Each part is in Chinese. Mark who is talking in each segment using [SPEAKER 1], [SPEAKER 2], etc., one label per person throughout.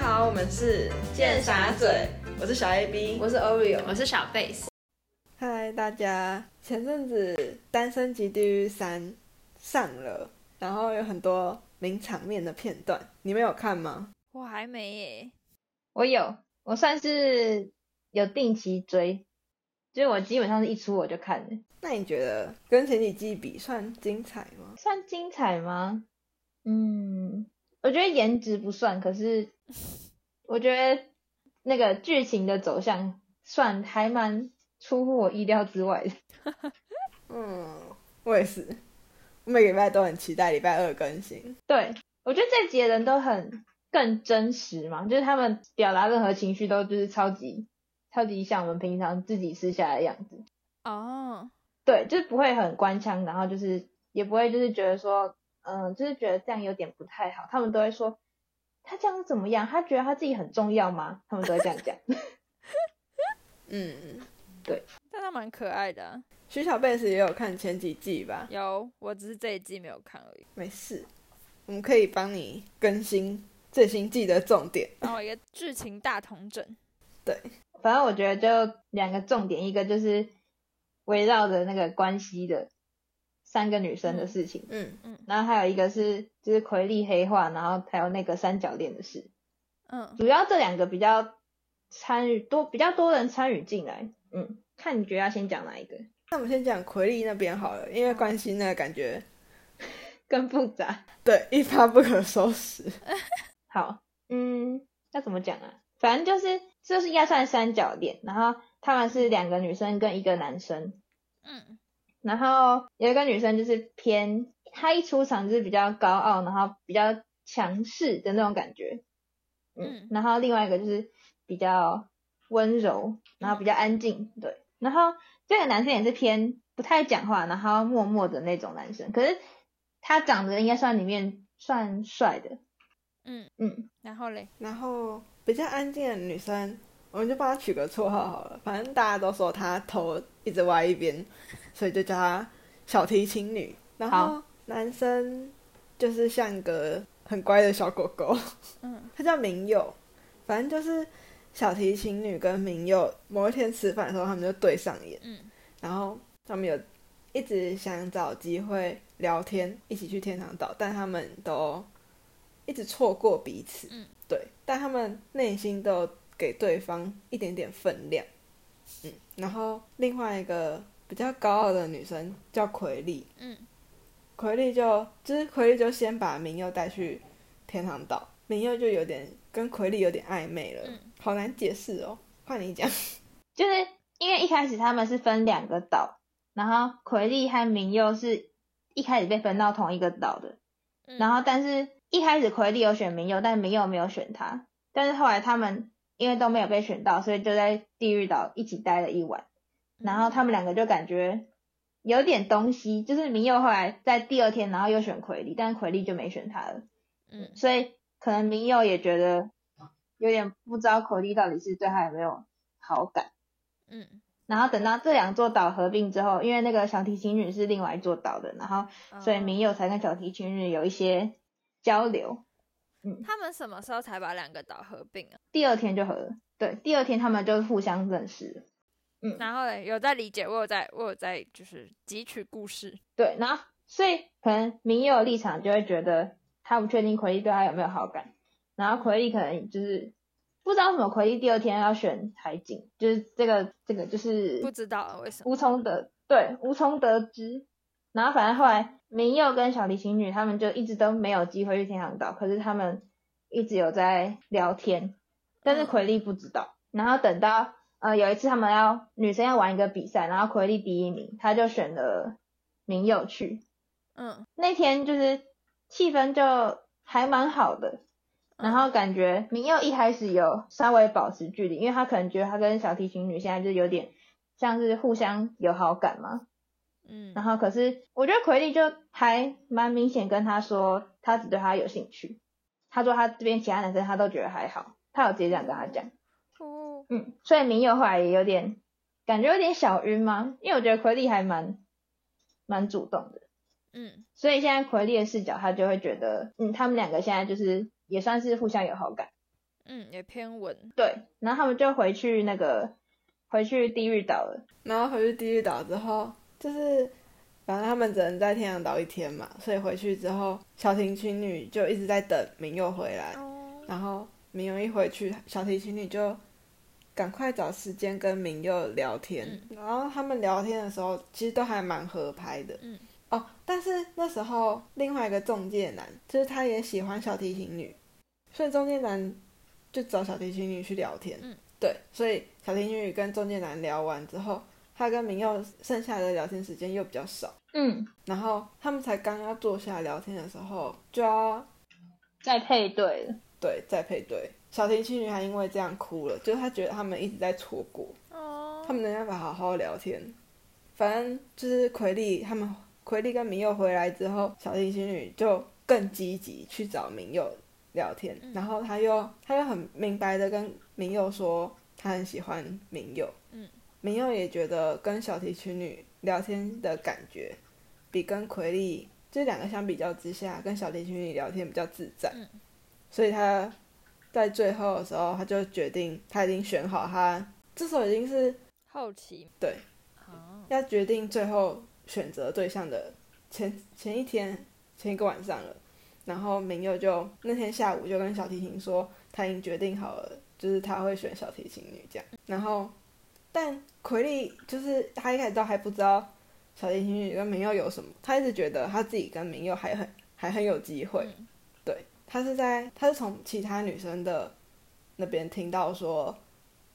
[SPEAKER 1] 好，我们是
[SPEAKER 2] 贱傻嘴，
[SPEAKER 1] 我是小 A B，
[SPEAKER 2] 我是 Oreo，
[SPEAKER 3] 我是小贝斯。
[SPEAKER 1] 嗨大家，前阵子《单身即地狱三》上了，然后有很多名场面的片段，你们有看吗？
[SPEAKER 3] 我还没耶，
[SPEAKER 2] 我有，我算是有定期追，就是我基本上是一出我就看了，
[SPEAKER 1] 那你觉得跟前几季比算精彩吗？
[SPEAKER 2] 算精彩吗？嗯，我觉得颜值不算，可是我觉得那个剧情的走向算还蛮出乎我意料之外的。
[SPEAKER 1] 嗯，我也是，我每个礼拜都很期待礼拜二更新。
[SPEAKER 2] 对，我觉得这集的人都很更真实嘛，就是他们表达任何情绪都就是超级超级像我们平常自己私下的样子。
[SPEAKER 3] 哦，
[SPEAKER 2] 对，就是不会很官腔，然后就是也不会就是觉得说，嗯、就是觉得这样有点不太好。他们都会说他这样怎么样？他觉得他自己很重要吗？他们都会这样讲。
[SPEAKER 1] 嗯，
[SPEAKER 3] 但他蛮可爱的啊、
[SPEAKER 1] 徐小贝斯也有看前几季吧？
[SPEAKER 3] 有，我只是这一季没有看而已。
[SPEAKER 1] 没事，我们可以帮你更新最新季的重点。
[SPEAKER 3] 然后一个剧情大同整，
[SPEAKER 2] 反正我觉得就两个重点，一个就是围绕着那个关系的三个女生的事情，
[SPEAKER 1] 嗯，
[SPEAKER 2] 然后还有一个是就是奎利黑化，然后还有那个三角恋的事。
[SPEAKER 3] 嗯，
[SPEAKER 2] 主要这两个比较参与多，比较多人参与进来。嗯，看你觉得要先讲哪一个
[SPEAKER 1] 那我们先讲奎利那边好了，因为关心呢，感觉
[SPEAKER 2] 更复杂。
[SPEAKER 1] 对，一发不可收拾。
[SPEAKER 2] 好，嗯，要怎么讲啊？反正就是就是应该算三角恋，然后他们是两个女生跟一个男生，
[SPEAKER 3] 嗯，
[SPEAKER 2] 然后有一个女生就是偏，她一出场就是比较高傲，然后比较强势的那种感觉，嗯
[SPEAKER 3] 嗯，
[SPEAKER 2] 然后另外一个就是比较温柔，然后比较安静，对，然后这个男生也是偏不太讲话，然后默默的那种男生，可是他长得应该算里面算帅的，
[SPEAKER 3] 嗯
[SPEAKER 2] 嗯。
[SPEAKER 3] 然后嘞，
[SPEAKER 1] 然后比较安静的女生，我们就帮她取个绰号好了，反正大家都说她头一直歪一边，所以就叫她小提琴女。然后
[SPEAKER 2] 好
[SPEAKER 1] 男生就是像个很乖的小狗狗，
[SPEAKER 3] 嗯
[SPEAKER 1] 他叫明佑，反正就是小提琴女跟明佑某一天吃饭的时候，他们就对上眼，
[SPEAKER 3] 嗯
[SPEAKER 1] 然后他们有一直想找机会聊天，一起去天堂岛，但他们都一直错过彼此。
[SPEAKER 3] 嗯，
[SPEAKER 1] 对，但他们内心都给对方一点点分量。嗯，然后另外一个比较高傲的女生叫奎丽，
[SPEAKER 3] 嗯
[SPEAKER 1] 奎利就就是奎利就先把明佑带去天堂岛，明佑就有点跟奎利有点暧昧了，
[SPEAKER 3] 嗯
[SPEAKER 1] 好难解释哦。换你讲，
[SPEAKER 2] 就是因为一开始他们是分两个岛，然后奎利和明佑是一开始被分到同一个岛的，
[SPEAKER 3] 嗯，
[SPEAKER 2] 然后但是一开始奎利有选明佑，但明佑没有选他，但是后来他们因为都没有被选到，所以就在地狱岛一起待了一晚，
[SPEAKER 3] 嗯
[SPEAKER 2] 然后他们两个就感觉有点东西，就是明佑后来在第二天，然后又选奎利，但奎利就没选他了。
[SPEAKER 3] 嗯
[SPEAKER 2] 所以可能明佑也觉得有点不知道口利到底是对他有没有好感。
[SPEAKER 3] 嗯，
[SPEAKER 2] 然后等到这两座岛合并之后，因为那个小提琴女是另外一座岛的，然后
[SPEAKER 3] 哦
[SPEAKER 2] 所以明佑才跟小提琴女有一些交流。
[SPEAKER 3] 他们什么时候才把两个岛合并啊？
[SPEAKER 2] 第二天就合了，对，第二天他们就互相认识了。嗯
[SPEAKER 3] 然后嘞，有在理解，我有在，我有在，就是汲取故事。
[SPEAKER 2] 对，然后所以可能明佑的立场就会觉得他不确定奎利对他有没有好感，然后奎利可能就是不知道为什么奎利第二天要选海景，就是这个这个就是
[SPEAKER 3] 不知道啊为什么，
[SPEAKER 2] 无从得对，无从得知。然后反正后来明佑跟小提琴女他们就一直都没有机会去天堂岛，可是他们一直有在聊天，但是
[SPEAKER 3] 嗯
[SPEAKER 2] 奎利不知道。然后等到呃有一次他们要女生要玩一个比赛，然后奎利第一名，他就选了明佑去。
[SPEAKER 3] 嗯，
[SPEAKER 2] 那天就是气氛就还蛮好的，
[SPEAKER 3] 嗯
[SPEAKER 2] 然后感觉明佑一开始有稍微保持距离，因为他可能觉得他跟小提琴女现在就有点像是互相有好感嘛。
[SPEAKER 3] 嗯
[SPEAKER 2] 然后可是我觉得奎利就还蛮明显跟他说，他只对他有兴趣。他说他这边其他男生他都觉得还好，他有直接这样跟他讲。
[SPEAKER 3] 哦，
[SPEAKER 2] 嗯，所以明佑后来也有点感觉有点小晕嘛，因为我觉得奎利还蛮蛮主动的。
[SPEAKER 3] 嗯
[SPEAKER 2] 所以现在奎利的视角，他就会觉得，嗯，他们两个现在就是也算是互相有好感。
[SPEAKER 3] 嗯，也偏文，
[SPEAKER 2] 对，然后他们就回去那个回去地狱岛了。
[SPEAKER 1] 然后回去地狱岛之后，就是反正他们只能在天堂岛一天嘛，所以回去之后，小提琴女就一直在等明佑回来。
[SPEAKER 2] 哦
[SPEAKER 1] 然后明佑一回去，小提琴女就赶快找时间跟明佑聊天。
[SPEAKER 3] 嗯
[SPEAKER 1] 然后他们聊天的时候，其实都还蛮合拍的。
[SPEAKER 3] 嗯。
[SPEAKER 1] 哦，但是那时候另外一个中介男，就是他也喜欢小提琴女，所以中介男就找小提琴女去聊天。
[SPEAKER 3] 嗯。
[SPEAKER 1] 对，所以小提琴女跟中介男聊完之后，他跟明佑剩下的聊天时间又比较少。
[SPEAKER 2] 嗯，
[SPEAKER 1] 然后他们才刚要坐下来聊天的时候，就要
[SPEAKER 2] 再配对了。
[SPEAKER 1] 对，再配对。小提琴女还因为这样哭了，就是她觉得他们一直在错过，
[SPEAKER 3] 哦
[SPEAKER 1] 他们没办法好好聊天。反正就是奎利他们，奎利跟明佑回来之后，小提琴女就更积极去找明佑聊天，
[SPEAKER 3] 嗯
[SPEAKER 1] 然后她又她又很明白的跟明佑说她很喜欢明佑，
[SPEAKER 3] 嗯，
[SPEAKER 1] 明佑也觉得跟小提琴女聊天的感觉比跟奎利这两个相比较之下，跟小提琴女聊天比较自在，
[SPEAKER 3] 嗯
[SPEAKER 1] 所以他在最后的时候，他就决定他已经选好他，这时候已经是
[SPEAKER 3] 好奇
[SPEAKER 1] 对
[SPEAKER 3] 啊，
[SPEAKER 1] 要决定最后选择对象的前前一天前一个晚上了。然后明佑就那天下午就跟小提琴说，他已经决定好了，就是他会选小提琴女这样。然后，但奎利就是他一开始都还不知道小提琴女跟明佑有什么，他一直觉得他自己跟明佑还很还很有机会。
[SPEAKER 3] 嗯
[SPEAKER 1] 对他是在他是从其他女生的那边听到说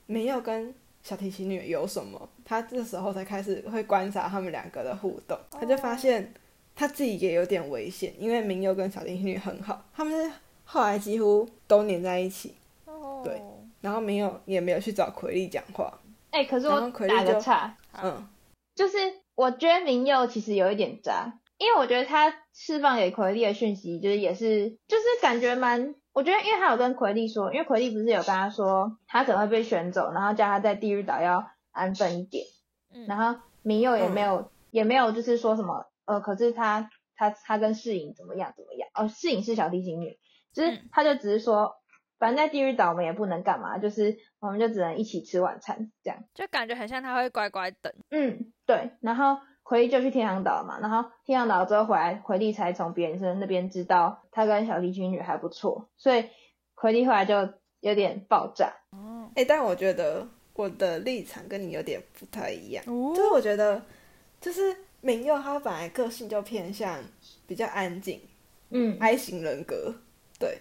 [SPEAKER 1] 明佑跟小提琴女有什么，他这时候才开始会观察他们两个的互动，他就发现他自己也有点危险，因为明佑跟小提琴女很好，他们是后来几乎都黏在一起，
[SPEAKER 3] 哦，
[SPEAKER 1] 对然后明佑也没有去找奎利讲话，
[SPEAKER 2] 哎、可是
[SPEAKER 1] 然后
[SPEAKER 2] 我
[SPEAKER 1] 奎利
[SPEAKER 2] 打个
[SPEAKER 1] 就
[SPEAKER 2] 岔，
[SPEAKER 1] 嗯，
[SPEAKER 2] 就是我觉得明佑其实有一点渣，因为我觉得他释放给奎利的讯息，就是也是就是感觉蛮，我觉得因为他有跟奎利说，因为奎利不是有跟他说他可能会被选走，然后叫他在地狱岛要安分一点，
[SPEAKER 3] 嗯，
[SPEAKER 2] 然后明佑也没有、也没有就是说什么呃，可是他他他跟世颖怎么样怎么样，哦，世颖是小提琴女，就是
[SPEAKER 3] 嗯
[SPEAKER 2] 他就只是说，反正在地狱岛我们也不能干嘛，就是我们就只能一起吃晚餐这样。
[SPEAKER 3] 就感觉很像他会乖乖等，
[SPEAKER 2] 嗯，对。然后奎利就去天堂岛嘛，然后天堂岛之后回来，奎利才从别人身那边知道他跟小提琴女还不错，所以奎利后来就有点爆炸。
[SPEAKER 3] 哦，
[SPEAKER 1] 哎、但我觉得我的立场跟你有点不太一样，就
[SPEAKER 3] 哦
[SPEAKER 1] 是我觉得就是明佑他本来个性就偏向比较安静，
[SPEAKER 2] 嗯，
[SPEAKER 1] I 型人格，对，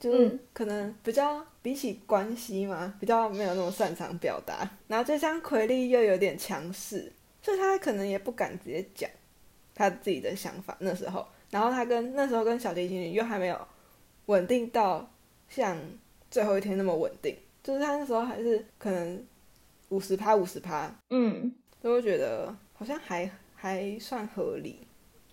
[SPEAKER 1] 就是
[SPEAKER 2] 嗯
[SPEAKER 1] 可能比较比起关系嘛，比较没有那么擅长表达。然后就像奎利又有点强势，所以他可能也不敢直接讲他自己的想法。那时候，然后他跟那时候跟小提琴女又还没有稳定到像最后一天那么稳定，就是他那时候还是可能五十趴五十趴，
[SPEAKER 2] 嗯，
[SPEAKER 1] 所以我觉得好像还还算合理。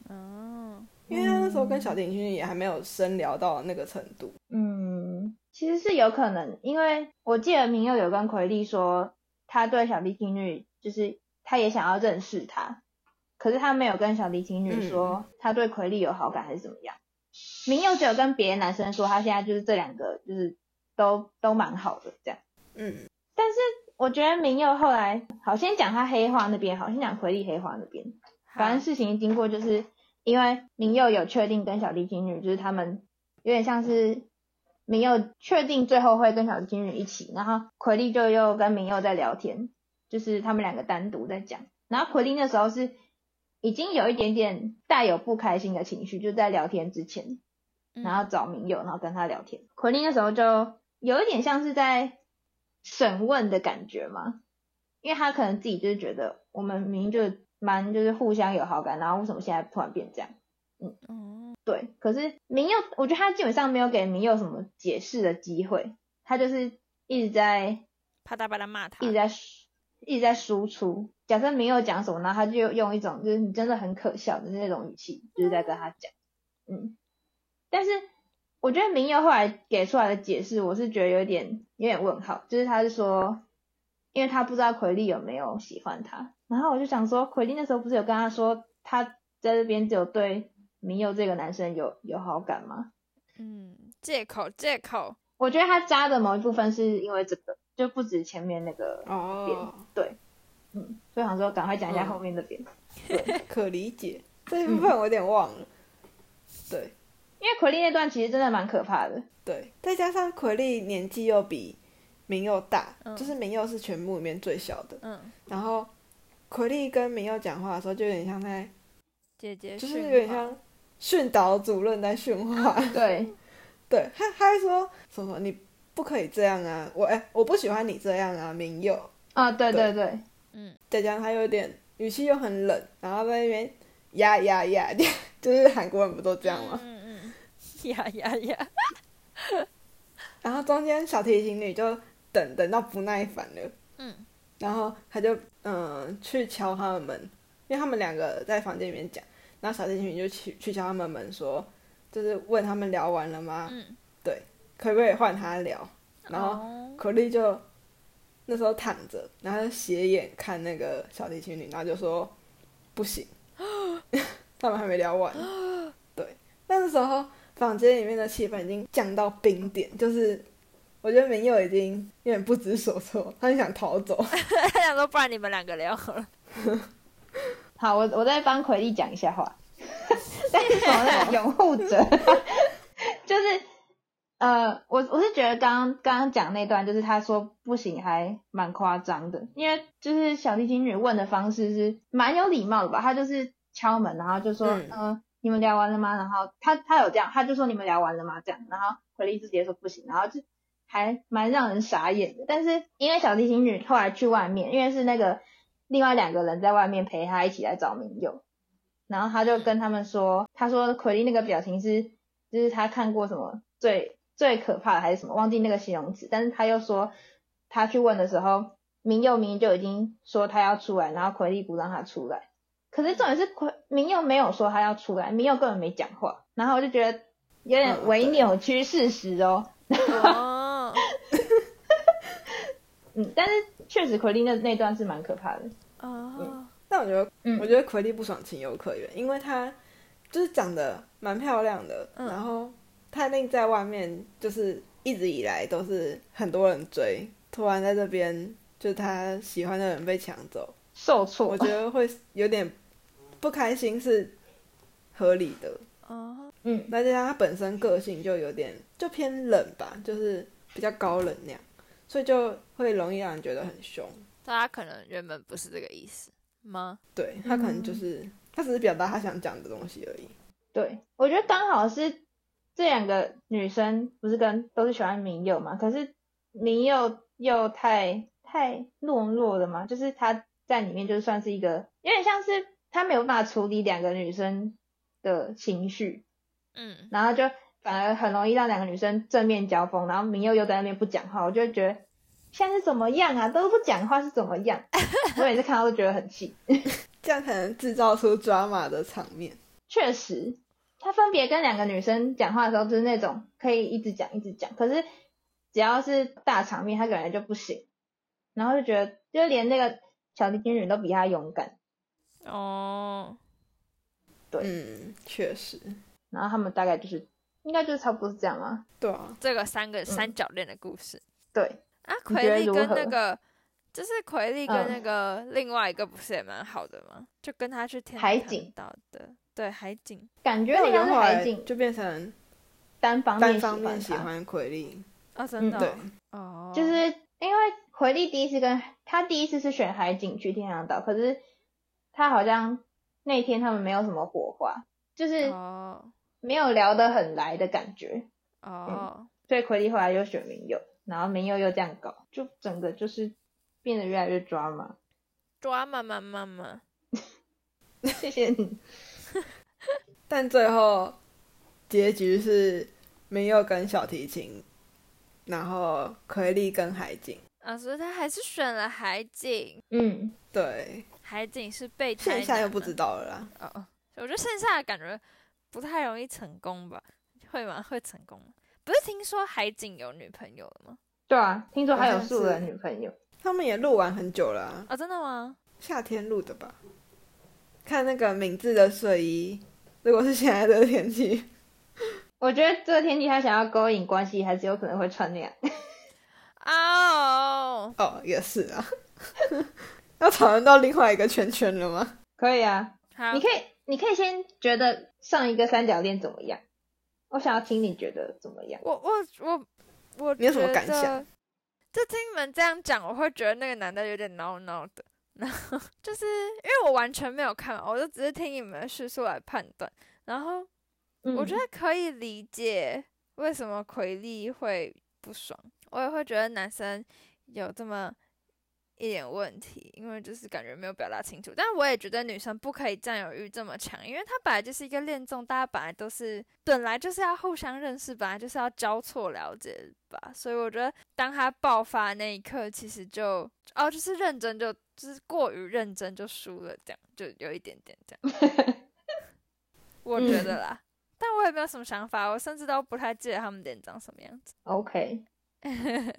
[SPEAKER 3] 哦，
[SPEAKER 1] 因为他那时候跟小提琴女也还没有深聊到那个程度。
[SPEAKER 2] 嗯，其实是有可能，因为我记得明佑有跟奎利说，他对小提琴女就是他也想要认识她，可是他没有跟小提琴女说他对奎利有好感还是怎么样。明佑只有跟别的男生说，他现在就是这两个就是都都蛮好的这样。
[SPEAKER 1] 嗯，
[SPEAKER 2] 我觉得明佑后来好先讲他黑化那边，好先讲奎利黑化那边。反正
[SPEAKER 3] 好
[SPEAKER 2] 事情经过就是因为明佑有确定跟小提琴女，就是他们有点像是明佑确定最后会跟小提琴女一起，然后奎利就又跟明佑在聊天，就是他们两个单独在讲。然后奎利那时候是已经有一点点带有不开心的情绪，就在聊天之前，
[SPEAKER 3] 嗯
[SPEAKER 2] 然后找明佑，然后跟他聊天。奎利那时候就有一点像是在审问的感觉嘛，因为他可能自己就是觉得我们明明就蛮就是互相有好感，然后为什么现在突然变这样？嗯
[SPEAKER 3] 哦，
[SPEAKER 2] 对，可是明佑，我觉得他基本上没有给明佑什么解释的机会，他就是一直在
[SPEAKER 3] 啪嗒啪嗒骂他
[SPEAKER 2] 一直，在输一直在输出。假设没有讲什么，然后他就用一种就是你真的很可笑的那种语气，就是在跟他讲，嗯。但是我觉得明佑后来给出来的解释，我是觉得有点有点问号，就是他是说，因为他不知道奎利有没有喜欢他，然后我就想说，奎利那时候不是有跟他说，他在这边只有对明佑这个男生有有好感吗？
[SPEAKER 3] 嗯，借口借口，
[SPEAKER 2] 我觉得他渣的某一部分是因为这个，就不止前面那个，
[SPEAKER 1] 哦，
[SPEAKER 2] 嗯，所以想说赶快讲一下后面那边，
[SPEAKER 1] 可理解。这一
[SPEAKER 3] 嗯
[SPEAKER 1] 部分我有点忘了。对
[SPEAKER 2] 因为奎利那段其实真的蛮可怕的，
[SPEAKER 1] 对，再加上奎利年纪又比明佑大，
[SPEAKER 3] 嗯
[SPEAKER 1] 就是明佑是全部里面最小的。
[SPEAKER 3] 嗯，
[SPEAKER 1] 然后奎利跟明佑讲话的时候，就有点像在，
[SPEAKER 3] 姐姐
[SPEAKER 1] 就是
[SPEAKER 3] 训
[SPEAKER 1] 有点
[SPEAKER 3] 话
[SPEAKER 1] 像训导主任在训话。
[SPEAKER 2] 对，
[SPEAKER 1] 对他，他还说什么你不可以这样啊，我哎、我不喜欢你这样啊，明佑。
[SPEAKER 2] 啊，对
[SPEAKER 1] 对
[SPEAKER 2] 对对，
[SPEAKER 3] 嗯
[SPEAKER 1] 再加上他有点语气又很冷，然后在那边呀呀呀， 就是韩国人不都这样吗？
[SPEAKER 3] 嗯嗯嗯， 呀呀呀，
[SPEAKER 1] 然后中间小提琴女就等等到不耐烦了，
[SPEAKER 3] 嗯
[SPEAKER 1] 然后他就嗯去敲他们门，因为他们两个在房间里面讲，然后小提琴女就去去敲他们门说，就是问他们聊完了吗？
[SPEAKER 3] 嗯，
[SPEAKER 1] 可不可以换他聊？然后
[SPEAKER 3] 后
[SPEAKER 1] 可莉就那时候躺着，然后就斜眼看那个小提琴女，然后就说不行， 他们还没聊完。对，那时候房间里面的气氛已经降到冰点，就是我觉得明佑已经有点不知所措，他很想逃走。
[SPEAKER 3] 他想说，不然你们两个聊好了。
[SPEAKER 2] 好，我我再帮奎利讲一下话，但是我那 个拥护者，就是呃，我我是觉得刚刚刚讲那段，就是他说不行，还蛮夸张的，因为就是小提琴女问的方式是蛮有礼貌的吧，她就是敲门，然后就说，
[SPEAKER 1] 嗯
[SPEAKER 2] 嗯、呃，你们聊完了吗？然后她她有这样，她就说你们聊完了吗？这样，然后奎利就直接说不行，然后就还蛮让人傻眼的。但是因为小提琴女后来去外面，因为是那个另外两个人在外面陪她一起来找明佑，然后他就跟他们说，他说奎利那个表情是，就是他看过什么最最可怕的还是什么，忘记那个形容词，但是他又说他去问的时候，明佑明明就已经说他要出来，然后奎利不让他出来，可是重点是奎明佑没有说他要出来，明佑根本没讲话，然后我就觉得有点
[SPEAKER 1] 嗯
[SPEAKER 2] 微
[SPEAKER 1] 对
[SPEAKER 2] 扭曲事实哦。
[SPEAKER 3] 哦，
[SPEAKER 2] 嗯，但是确实奎利那那段是蛮可怕的。
[SPEAKER 3] 哦，
[SPEAKER 1] 但我觉得，
[SPEAKER 2] 嗯
[SPEAKER 1] 我觉得奎丽不爽情有可原，因为她就是长得蛮漂亮的，
[SPEAKER 3] 嗯
[SPEAKER 1] 然后她一定在外面就是一直以来都是很多人追，突然在这边就是她喜欢的人被抢走，
[SPEAKER 2] 受挫，
[SPEAKER 1] 我觉得会有点不开心是合理的。
[SPEAKER 3] 哦，
[SPEAKER 2] 嗯，
[SPEAKER 1] 再加上她本身个性就有点就偏冷吧，就是比较高冷那样，所以就会容易让人觉得很凶。
[SPEAKER 3] 大家可能原本不是这个意思吗？
[SPEAKER 1] 对她可能就是她只是表达她想讲的东西而已。
[SPEAKER 2] 对，我觉得刚好是这两个女生不是跟都是喜欢明佑嘛，可是明佑又太太懦弱了嘛，就是她在里面就算是一个有点像是她没有办法处理两个女生的情绪，
[SPEAKER 3] 嗯，
[SPEAKER 2] 然后就反而很容易让两个女生正面交锋，然后明佑又在那边不讲话，我就会觉得现在是怎么样啊，都不讲话是怎么样？我每次看到都觉得很气。
[SPEAKER 1] 这样才能制造出抓马的场面。
[SPEAKER 2] 确实，他分别跟两个女生讲话的时候，就是那种可以一直讲一直讲，可是只要是大场面，他感觉就不行。然后就觉得，就连那个小提琴女都比他勇敢。
[SPEAKER 3] 哦，
[SPEAKER 1] 嗯，确实，
[SPEAKER 2] 然后他们大概就是，应该就是差不多是这样嘛。
[SPEAKER 1] 对啊，
[SPEAKER 3] 这个三个三角恋的故事
[SPEAKER 2] 对，
[SPEAKER 3] 啊，
[SPEAKER 2] 你觉得
[SPEAKER 3] 奎利跟
[SPEAKER 2] 如何
[SPEAKER 3] 那个。就是奎利跟
[SPEAKER 2] 嗯
[SPEAKER 3] 那个另外一个不是也蛮好的吗？就跟他去天
[SPEAKER 2] 海
[SPEAKER 3] 堂
[SPEAKER 2] 景
[SPEAKER 3] 岛的，对海景，
[SPEAKER 2] 感觉
[SPEAKER 1] 那
[SPEAKER 2] 那
[SPEAKER 1] 我觉
[SPEAKER 2] 个
[SPEAKER 1] 得
[SPEAKER 2] 是
[SPEAKER 1] 后
[SPEAKER 2] 海
[SPEAKER 1] 来
[SPEAKER 2] 景
[SPEAKER 1] 就变成
[SPEAKER 2] 单方
[SPEAKER 1] 单
[SPEAKER 2] 面喜
[SPEAKER 1] 方
[SPEAKER 2] 欢
[SPEAKER 1] 面喜
[SPEAKER 2] 他，
[SPEAKER 1] 欢奎利，
[SPEAKER 3] 哦，真的
[SPEAKER 1] 嗯对
[SPEAKER 3] 哦、，哦，
[SPEAKER 2] 就是因为奎利第一次跟他第一次是选海景去天堂岛，可是他好像那天他们没有什么火花，就是
[SPEAKER 3] 哦
[SPEAKER 2] 没有聊得很来的感觉。
[SPEAKER 3] 哦，
[SPEAKER 2] 所以奎利后来又选明佑，然后明佑又这样搞，就整个就是变得越来越抓嘛。
[SPEAKER 3] 抓嘛嘛嘛嘛，
[SPEAKER 2] 谢谢你。
[SPEAKER 1] 但最后结局是没有跟小提琴，然后奎利跟海景。
[SPEAKER 3] 啊，所以他还是选了海景，
[SPEAKER 2] 嗯，
[SPEAKER 1] 对，
[SPEAKER 3] 海景是备胎
[SPEAKER 1] 线下又不知
[SPEAKER 3] 男
[SPEAKER 1] 道了啦。
[SPEAKER 3] 啊哦，哦，我觉得剩下的感觉不太容易成功吧？会吗？会成功吗？不是听说海景有女朋友了吗？
[SPEAKER 2] 对啊，听说他有
[SPEAKER 1] 好像是
[SPEAKER 2] 素人女朋友。
[SPEAKER 1] 他们也录完很久了啊、
[SPEAKER 3] 啊、真的吗？
[SPEAKER 1] 夏天录的吧？看那个敏智的睡衣，如果是现在的天气，
[SPEAKER 2] 我觉得这个天气他想要勾引关系，还是有可能会穿那样。
[SPEAKER 3] 哦，
[SPEAKER 1] 哦，也是啊。 要讨论到另外一个圈圈了吗？
[SPEAKER 2] 可以啊，
[SPEAKER 3] 好
[SPEAKER 2] 你，可以，你可以先觉得上一个三角恋怎么样？我想要听你觉得怎么样？
[SPEAKER 3] 我我我我，
[SPEAKER 1] 你有什么感想？
[SPEAKER 3] 就听你们这样讲，我会觉得那个男的有点孬孬的。然后就是因为我完全没有看完，我就只是听你们的叙述来判断。然后
[SPEAKER 2] 嗯
[SPEAKER 3] 我觉得可以理解为什么奎利会不爽，我也会觉得男生有这么一点问题，因为就是感觉没有表达清楚。但我也觉得女生不可以占有欲这么强，因为她本来就是一个恋综，大家本来都是本来就是要互相认识，本来就是要交错了解吧。所以我觉得当她爆发那一刻，其实就哦，就是认真就就是过于认真就输了，这样就有一点点这样。我觉得啦，但我也没有什么想法，我甚至都不太记得他们脸长什么样子。
[SPEAKER 2] OK，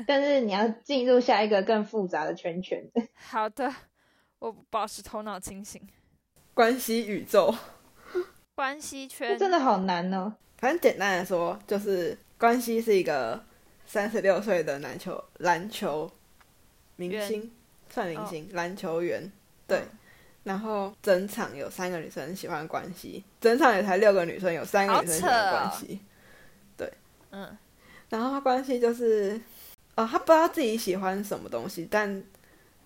[SPEAKER 2] 但是你要进入下一个更复杂的圈圈。
[SPEAKER 3] 好的，我保持头脑清醒。
[SPEAKER 1] 关系宇宙，
[SPEAKER 3] 关系圈
[SPEAKER 2] 这真的好难哦。
[SPEAKER 1] 反正简单来说，就是关系是一个三十六岁的篮球篮球明星，算明星、篮球员对。
[SPEAKER 3] 嗯
[SPEAKER 1] 然后整场有三个女生喜欢关系，整场也才六个女生，有三个女生喜欢关系。
[SPEAKER 3] 嗯，
[SPEAKER 1] 然后他关系就是，哦，他不知道自己喜欢什么东西，但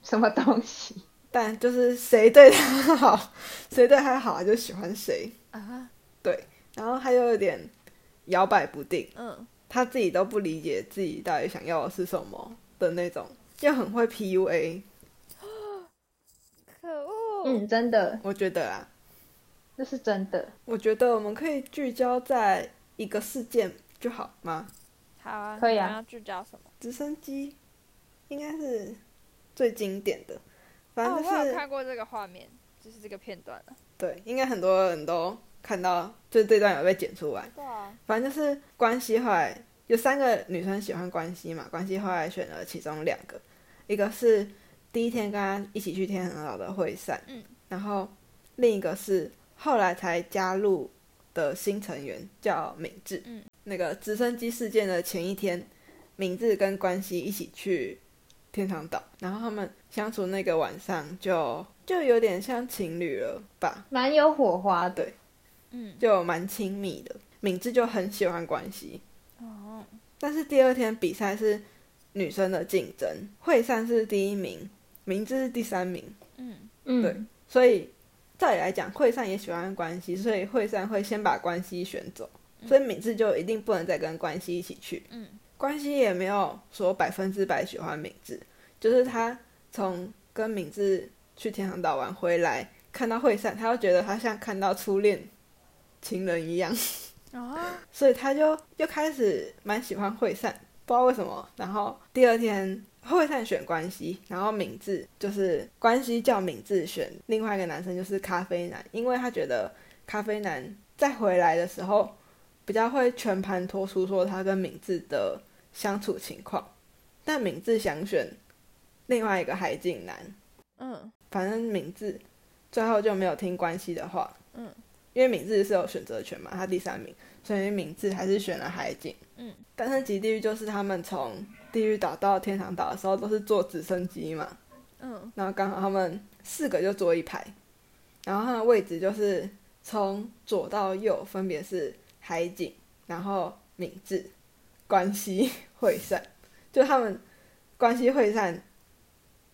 [SPEAKER 2] 什么东西？
[SPEAKER 1] 但就是谁对他好，谁对他好他就喜欢谁。
[SPEAKER 3] 啊，
[SPEAKER 1] 然后他又有点摇摆不定，
[SPEAKER 3] 嗯，
[SPEAKER 1] 他自己都不理解自己到底想要的是什么的那种，又很会 PUA，
[SPEAKER 3] 可恶，
[SPEAKER 2] 嗯，真的，
[SPEAKER 1] 我觉得啦，
[SPEAKER 2] 这是真的。
[SPEAKER 1] 我觉得我们可以聚焦在一个事件就好吗？
[SPEAKER 3] 好啊，
[SPEAKER 2] 可以啊
[SPEAKER 3] 你们要聚焦什么？
[SPEAKER 1] 直升机应该是最经典的，反
[SPEAKER 3] 哦，
[SPEAKER 1] 正就
[SPEAKER 3] 我
[SPEAKER 1] 是、
[SPEAKER 3] 有看过这个画面，就是这个片段啊了。
[SPEAKER 1] 对，应该很多人都看到，就是这段有被剪出来。
[SPEAKER 3] 对啊，
[SPEAKER 1] 反正就是关系后来有三个女生喜欢关系嘛，关系后来选了其中两个，一个是第一天跟她一起去天恒老的会散，
[SPEAKER 3] 嗯，
[SPEAKER 1] 然后另一个是后来才加入的新成员叫敏智，
[SPEAKER 3] 嗯，
[SPEAKER 1] 那个直升机事件的前一天，敏智跟关系一起去天堂岛，然后他们相处那个晚上就就有点像情侣了吧，
[SPEAKER 2] 蛮有火花的。
[SPEAKER 3] 嗯，
[SPEAKER 1] 就蛮亲密的。敏智就很喜欢关系，
[SPEAKER 3] 哦，
[SPEAKER 1] 但是第二天比赛是女生的竞争，惠善是第一名，明智是第三名，
[SPEAKER 3] 嗯，
[SPEAKER 2] 嗯，
[SPEAKER 1] 对所以照理来讲，惠善也喜欢关系，所以惠善会先把关系选走，所以敏智就一定不能再跟关系一起去。
[SPEAKER 3] 嗯，
[SPEAKER 1] 关系也没有说百分之百喜欢敏智，就是他从跟敏智去天堂岛玩回来，看到惠善，他就觉得他像看到初恋情人一样。
[SPEAKER 3] 哦，
[SPEAKER 1] 所以他就又开始蛮喜欢惠善，不知道为什么。然后第二天惠善选关系，然后敏智就是关系叫敏智选另外一个男生，就是咖啡男，因为他觉得咖啡男再回来的时候比较会全盘托出说他跟敏智的相处情况，但敏智想选另外一个海景男，
[SPEAKER 3] 嗯，
[SPEAKER 1] 反正敏智最后就没有听关系的话，
[SPEAKER 3] 嗯，
[SPEAKER 1] 因为敏智是有选择权嘛，他第三名，所以敏智还是选了海景，
[SPEAKER 3] 嗯，
[SPEAKER 1] 但是极地狱就是他们从地狱岛到天堂岛的时候都是坐直升机嘛，
[SPEAKER 3] 嗯，
[SPEAKER 1] 然后刚好他们四个就坐一排，然后他的位置就是从左到右分别是海景，然后敏智、关系会善，就他们关系会善，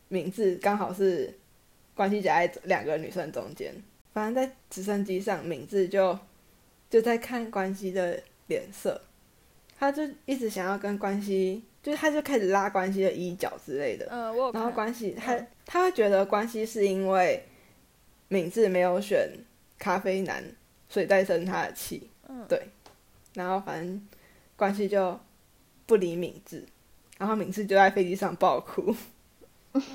[SPEAKER 1] 敏智刚好是关系夹在两个女生中间，反正在直升机上，敏智就就在看关系的脸色，他就一直想要跟关系，就是他就开始拉关系的衣角之类的，
[SPEAKER 3] 嗯，我有
[SPEAKER 1] 然后
[SPEAKER 3] 看，
[SPEAKER 1] 关系他
[SPEAKER 3] 嗯
[SPEAKER 1] 他会觉得关系是因为敏智没有选咖啡男，所以在生他的气。
[SPEAKER 3] 嗯，
[SPEAKER 1] 对然后反正关系就不理敏智，然后敏智就在飞机上爆哭。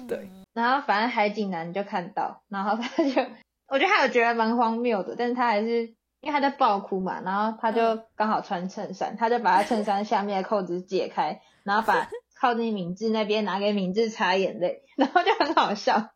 [SPEAKER 1] 对
[SPEAKER 3] 嗯，
[SPEAKER 2] 然后反正海景男就看到，然后他就， 我觉得他有觉得蛮荒谬的，但是他还是因为他在爆哭嘛，然后他就刚好穿衬衫，他就把他衬衫下面的扣子解开，然后把靠近敏智那边拿给敏智擦眼泪， 然后就很好笑，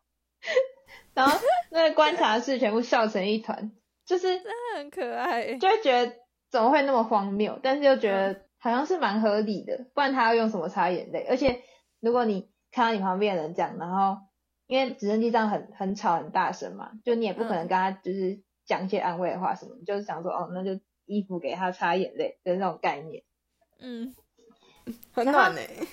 [SPEAKER 2] 然后那个观察室全部笑成一团，就是
[SPEAKER 3] 很可爱，
[SPEAKER 2] 就会觉得怎么会那么荒谬？但是又觉得好像是蛮合理的，不然他要用什么擦眼泪？而且如果你看到你旁边的人这样，然后因为直升机这样很很吵很大声嘛，就你也不可能跟他就是讲一些安慰的话什么，你就是想说哦，那就衣服给他擦眼泪的那种概念。
[SPEAKER 3] 嗯，
[SPEAKER 1] 很暖欸呢、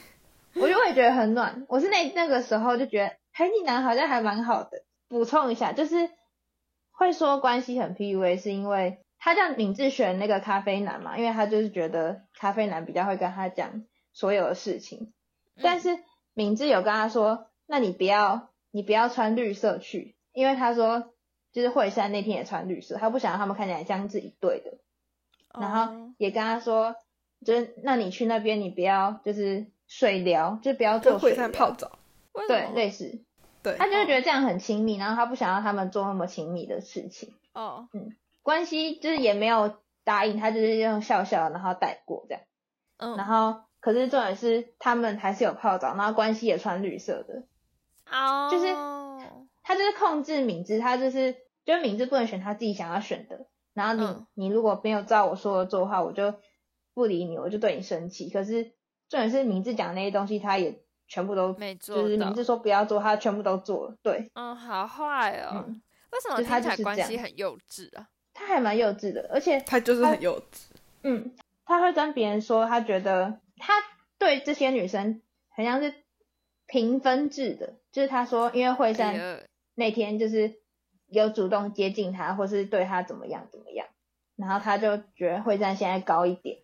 [SPEAKER 2] 我就会觉得很暖。我是那那个时候就觉得海底男好像还蛮好的。补充一下，就是会说关系很 PUA，是因为他叫敏智选那个咖啡男嘛，因为他就是觉得咖啡男比较会跟他讲所有的事情。但是敏智有跟他说，那你不要你不要穿绿色去，因为他说就是惠山那天也穿绿色，他不想让他们看起来像是一对的。然后
[SPEAKER 3] 哦
[SPEAKER 2] 也跟他说，就是那你去那边，你不要就是水疗，就不要做
[SPEAKER 1] 跟
[SPEAKER 2] 水
[SPEAKER 1] 惠
[SPEAKER 2] 疗
[SPEAKER 1] 山，泡澡，
[SPEAKER 3] 哦为什
[SPEAKER 2] 对，
[SPEAKER 3] 么
[SPEAKER 2] 类似，
[SPEAKER 1] 对，
[SPEAKER 2] 他就会觉得这样很亲密，然后他不想让他们做那么亲密的事情，
[SPEAKER 3] 哦，
[SPEAKER 2] 关系就是也没有答应，他就是用笑笑然后带过这样，
[SPEAKER 3] 嗯，
[SPEAKER 2] 然后可是重点是他们还是有泡澡，然后关系也穿绿色的，
[SPEAKER 3] 哦，
[SPEAKER 2] 就是他就是控制敏智，他就是就是敏智不能选他自己想要选的。然后你、
[SPEAKER 3] 嗯
[SPEAKER 2] 你如果没有照我说的做的话，我就不理你，我就对你生气。可是重点是敏智讲的那些东西，他也全部都
[SPEAKER 3] 没做
[SPEAKER 2] 就是
[SPEAKER 3] 到
[SPEAKER 2] 敏智说不要做，他全部都做了。对，
[SPEAKER 3] 嗯，好坏哦，
[SPEAKER 2] 嗯，
[SPEAKER 3] 为什么
[SPEAKER 2] 就
[SPEAKER 3] 听
[SPEAKER 2] 他
[SPEAKER 3] 起
[SPEAKER 2] 就
[SPEAKER 3] 来
[SPEAKER 2] 是
[SPEAKER 3] 关
[SPEAKER 2] 这
[SPEAKER 3] 系
[SPEAKER 2] 样
[SPEAKER 3] 很幼稚啊？
[SPEAKER 2] 他还蛮幼稚的，而且
[SPEAKER 1] 他就是很幼稚，
[SPEAKER 2] 嗯，他会跟别人说，他觉得他对这些女生很像是评分制的，就是他说，因为惠
[SPEAKER 3] 哎
[SPEAKER 2] 善
[SPEAKER 3] 呀
[SPEAKER 2] 那天就是有主动接近他，或是对他怎么样怎么样，然后他就觉得会战现在高一点，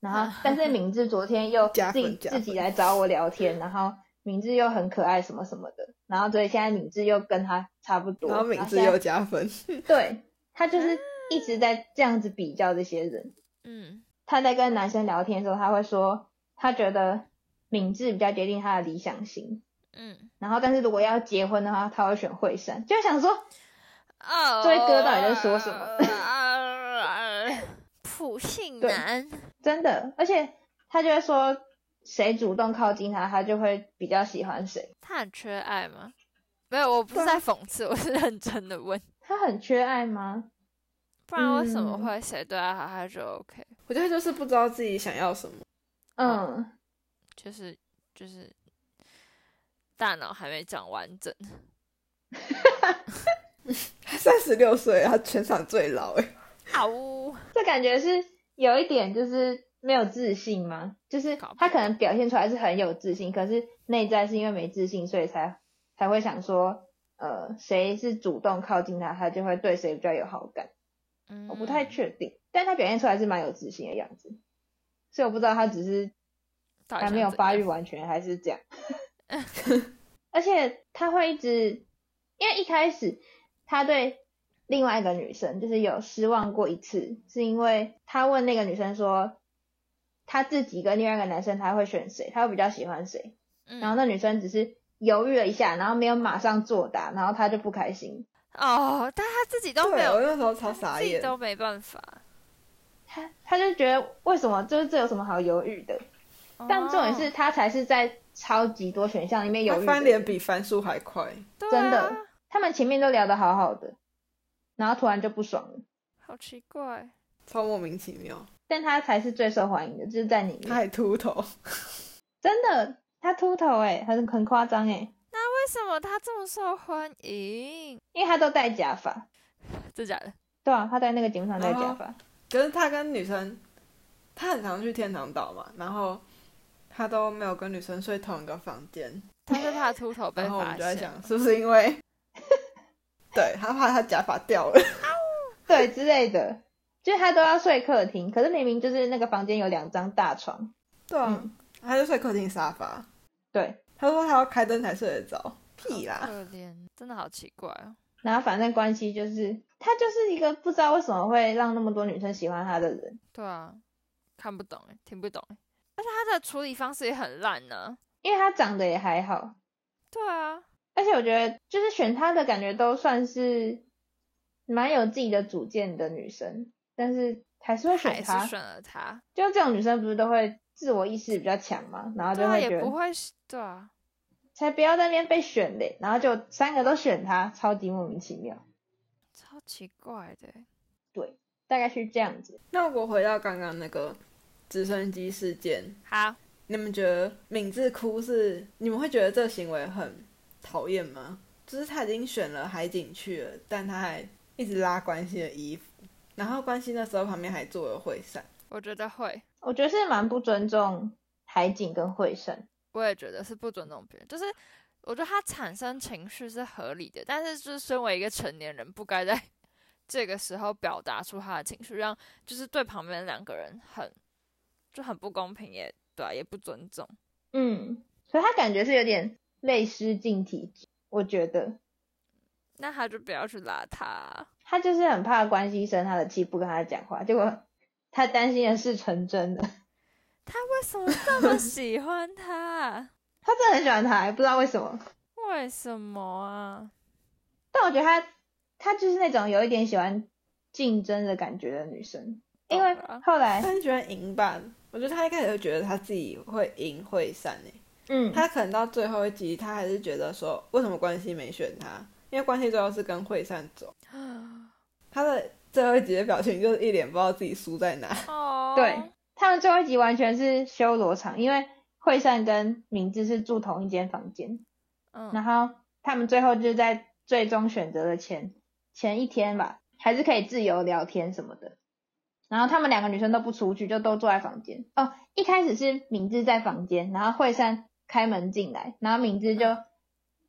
[SPEAKER 2] 然后但是敏智昨天又
[SPEAKER 1] 啊 加
[SPEAKER 2] 自
[SPEAKER 1] 分
[SPEAKER 2] 己
[SPEAKER 1] 加
[SPEAKER 2] 自己
[SPEAKER 1] 分
[SPEAKER 2] 来找我聊天，然后敏智又很可爱什么什么的，然后所以现在敏智又跟他差不多，
[SPEAKER 1] 然后敏智
[SPEAKER 2] 现在
[SPEAKER 1] 又啊加分，
[SPEAKER 2] 对他就是一直在这样子比较这些人，
[SPEAKER 3] 嗯，
[SPEAKER 2] 他在跟男生聊天的时候，他会说他觉得敏智比较决定他的理想型。
[SPEAKER 3] 嗯，
[SPEAKER 2] 然后，但是如果要结婚的话，他会选惠山，就想说，
[SPEAKER 3] 哦，
[SPEAKER 2] 这位哥到底在说什么
[SPEAKER 3] 么？ 普信
[SPEAKER 2] 对
[SPEAKER 3] 男，
[SPEAKER 2] 真的，而且他就会说谁主动靠近他，他就会比较喜欢谁。
[SPEAKER 3] 他很缺爱吗？没有，我
[SPEAKER 2] 啊
[SPEAKER 3] 不是在讽刺，我是认真 的问。
[SPEAKER 2] 他很缺爱吗？
[SPEAKER 3] 不然为什么
[SPEAKER 2] 嗯
[SPEAKER 3] 会谁对他好他就 OK？
[SPEAKER 1] 我觉得就是不知道自己想要什么，
[SPEAKER 2] 嗯，
[SPEAKER 3] 就是就是大脑还没长完整。
[SPEAKER 1] 他三十六岁，他全场最老哎，
[SPEAKER 3] 啊呜！
[SPEAKER 2] 这感觉是有一点就是没有自信吗？就是
[SPEAKER 3] 搞不
[SPEAKER 2] 他可能表现出来是很有自信，可是内在是因为没自信，所以才才会想说，呃，谁是主动靠近他，他就会对谁比较有好感。
[SPEAKER 3] 嗯
[SPEAKER 2] 我不太确定，但他表现出来是蛮有自信的样子，所以我不知道他只是
[SPEAKER 3] 到
[SPEAKER 2] 还
[SPEAKER 3] 底想
[SPEAKER 2] 没有
[SPEAKER 3] 怎
[SPEAKER 2] 发育
[SPEAKER 3] 样
[SPEAKER 2] 完全，还是 这样。而且他会一直，因为一开始他对另外一个女生就是有失望过一次，是因为他问那个女生说，他自己跟另外一个男生他会选谁，他会比较喜欢谁，
[SPEAKER 3] 嗯
[SPEAKER 2] 然后那女生只是犹豫了一下，然后没有马上作答，然后他就不开心。
[SPEAKER 3] 哦，但他自己都没
[SPEAKER 1] 对，我
[SPEAKER 3] 有，
[SPEAKER 1] 那时候超
[SPEAKER 3] 他
[SPEAKER 1] 傻
[SPEAKER 3] 自己
[SPEAKER 1] 眼，
[SPEAKER 3] 都没办法。
[SPEAKER 2] 他他就觉得为什么就是这有什么好犹豫的？但重点是
[SPEAKER 3] 哦
[SPEAKER 2] 他才是在超级多选项里面犹
[SPEAKER 1] 他
[SPEAKER 2] 豫的
[SPEAKER 1] 翻脸比翻书还快，
[SPEAKER 3] 对
[SPEAKER 2] 真的
[SPEAKER 3] 啊
[SPEAKER 2] 他们前面都聊得好好的，然后突然就不爽了。
[SPEAKER 3] 好奇怪。
[SPEAKER 1] 超莫名其妙，
[SPEAKER 2] 但他才是最受欢迎的，就是在里
[SPEAKER 1] 他
[SPEAKER 2] 面，
[SPEAKER 1] 还秃头，
[SPEAKER 2] 真的，他秃头哎、很很夸张哎，
[SPEAKER 3] 为什么他这么受欢 迎？
[SPEAKER 2] 因为他都戴假发，
[SPEAKER 3] 真假的？
[SPEAKER 2] 对啊，他在那个节目上戴
[SPEAKER 1] 哦
[SPEAKER 2] 假发，
[SPEAKER 1] 可是他跟女生，他很常去天堂岛嘛，然后他都没有跟女生睡同一个房间，
[SPEAKER 3] 他是怕秃头被
[SPEAKER 1] 然后我
[SPEAKER 3] 发
[SPEAKER 1] 们就在
[SPEAKER 3] 现
[SPEAKER 1] 想
[SPEAKER 3] 吗。
[SPEAKER 1] 是不是因为， 对他怕他假发掉了，
[SPEAKER 2] 对之类的，就是他都要睡客厅，可是明明就是那个房间有两张大床，
[SPEAKER 1] 对啊，
[SPEAKER 2] 嗯
[SPEAKER 1] 他就睡客厅沙发，
[SPEAKER 2] 对，
[SPEAKER 1] 他说他要开灯才睡得着，屁
[SPEAKER 3] 好
[SPEAKER 1] 啦，
[SPEAKER 3] 可怜，真的好奇怪哦。
[SPEAKER 2] 然后反正关系就是他就是一个不知道为什么会让那么多女生喜欢他的人，
[SPEAKER 3] 对啊，看不懂哎，听不懂哎，而且他的处理方式也很烂呢、
[SPEAKER 2] 因为他长得也还好，
[SPEAKER 3] 对啊，
[SPEAKER 2] 而且我觉得就是选他的感觉都算是蛮有自己的主见的女生，但是还是会
[SPEAKER 3] 还
[SPEAKER 2] 选他
[SPEAKER 3] 是。选了他，
[SPEAKER 2] 就这种女生不是都会自我意识比较强嘛，然后
[SPEAKER 3] 对
[SPEAKER 2] 就
[SPEAKER 3] 啊，
[SPEAKER 2] 会觉
[SPEAKER 3] 也
[SPEAKER 2] 得
[SPEAKER 3] 不会是，对啊，
[SPEAKER 2] 才不要在那边被选嘞，然后就三个都选她，超级莫名其妙。
[SPEAKER 3] 超奇怪的欸。
[SPEAKER 2] 对，大概是这样子。
[SPEAKER 1] 那如果回到刚刚那个直升机事件，
[SPEAKER 3] 好，
[SPEAKER 1] 你们觉得敏智哭是你们会觉得这行为很讨厌吗？就是他已经选了海景去了，但他还一直拉关系的衣服，然后关系那时候旁边还坐了惠善，
[SPEAKER 3] 我觉得会，
[SPEAKER 2] 我觉得是蛮不尊重海景跟惠胜，
[SPEAKER 3] 我也觉得是不尊重别人，就是我觉得他产生情绪是合理的，但是就是身为一个成年人，不该在 这个时候表达出他的情绪，让就是对旁边两个人很就很不公平也对啊、也不尊重。
[SPEAKER 2] 嗯，所以他感觉是有点类失禁体质，我觉得
[SPEAKER 3] 那他就不要去拉他啊、
[SPEAKER 2] 他就是很怕关系生他的气，不跟他讲话，结果他担心的事成真的，
[SPEAKER 3] 他为什么这么喜欢他啊？
[SPEAKER 2] 他真的很喜欢他，不知道为什么，
[SPEAKER 3] 为什么啊？
[SPEAKER 2] 但我觉得他他就是那种有一点喜欢竞争的感觉的女生，因为
[SPEAKER 3] 懂了
[SPEAKER 2] 后来
[SPEAKER 1] 他很喜欢赢吧？我觉得他一开始就觉得他自己会赢惠善诶、
[SPEAKER 2] 嗯，
[SPEAKER 1] 他可能到最后一集，他还是觉得说，为什么关系没选他？因为关系最后是跟惠善走，他的最后一集的表情就是一脸不知道自己输在哪。
[SPEAKER 3] 哦，
[SPEAKER 2] 对，他们最后一集完全是修罗场，因为惠善跟明智是住同一间房间，然
[SPEAKER 3] 嗯，
[SPEAKER 2] 后他们最后就在最终选择的前前一天吧，还是可以自由聊天什么的。然后他们两个女生都不出去，就都坐在房间。哦，一开始是敏智在房间，然后惠善开门进来，然后敏智就
[SPEAKER 3] 嗯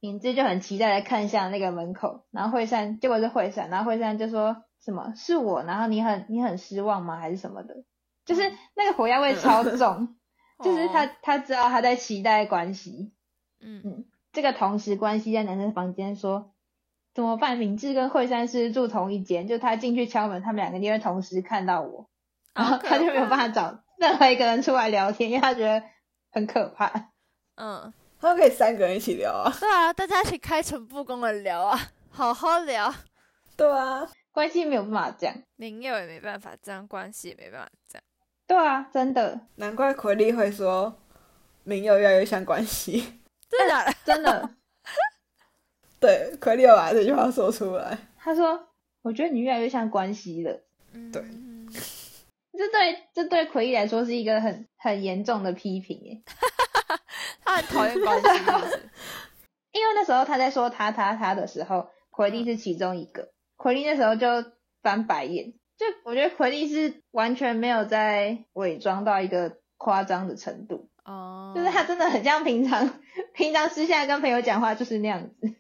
[SPEAKER 2] 敏智就很期待的看向那个门口，然后惠善结果是惠善，然后惠善就说什么是我，然后你很你很失望吗？还是什么的？就是那个火药味超 重，就是他
[SPEAKER 3] 嗯哦，
[SPEAKER 2] 他知道他在期待关系，
[SPEAKER 3] 嗯，
[SPEAKER 2] 这个同时关系在男生房间说怎么办？敏智跟惠山是住同一间，就他进去敲门，他们两个一定会同时看到我，然后
[SPEAKER 3] 好 可
[SPEAKER 2] 他就没有
[SPEAKER 3] 怕
[SPEAKER 2] 办法找任何一个人出来聊天，因为他觉得很可怕。
[SPEAKER 3] 嗯，
[SPEAKER 1] 他们可以三个人一起聊啊。
[SPEAKER 3] 对啊，大家一起开诚布公的聊啊，好好聊。
[SPEAKER 1] 对啊，
[SPEAKER 2] 关系没有办法这样，
[SPEAKER 3] 林佑也没办法这样，关系也没办法这样。
[SPEAKER 2] 对啊，真的
[SPEAKER 1] 难怪奎利会说明佑越来越像关系。
[SPEAKER 3] 真的假的？
[SPEAKER 2] 真 的，
[SPEAKER 1] 对，奎利有把这句话说出来。
[SPEAKER 2] 他说我觉得你越来越像关系了。
[SPEAKER 3] 嗯
[SPEAKER 1] 对
[SPEAKER 2] 这对这对奎一来说是一个很很严重的批评耶，
[SPEAKER 3] 他很讨厌关系是不是，
[SPEAKER 2] 因为那时候他在说他他他的时候，奎利是其中一个。奎利那时候就翻白眼，就我觉得奎利是完全没有在伪装到一个夸张的程度，
[SPEAKER 3] 哦，
[SPEAKER 2] 就是他真的很像平常 平常私下跟朋友讲话就是那样子。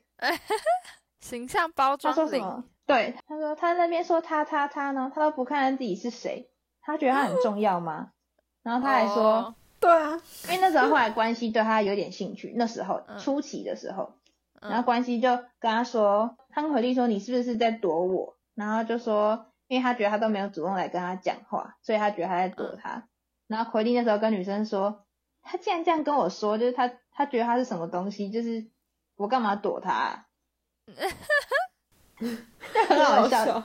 [SPEAKER 3] 形象包
[SPEAKER 2] 他
[SPEAKER 3] 装
[SPEAKER 2] 说什
[SPEAKER 3] 零，
[SPEAKER 2] 么？对，他说他那边说他他他呢，他都不看看自己是谁，他觉得他很重要吗？然后他还说。
[SPEAKER 3] 哦
[SPEAKER 1] 对啊，
[SPEAKER 2] 因为那时候后来关系对他有点兴趣，那时候
[SPEAKER 3] 嗯
[SPEAKER 2] 初期的时候，
[SPEAKER 3] 嗯
[SPEAKER 2] 然后关系就跟他说，汤奎利说你是不是在躲我？然后就说，因为他觉得他都没有主动来跟他讲话，所以他觉得他在躲他。然后奎利那时候跟女生说，他竟然这样跟我说，就是他他觉得他是什么东西，就是我干嘛躲他、啊？就 很好笑，
[SPEAKER 1] 笑。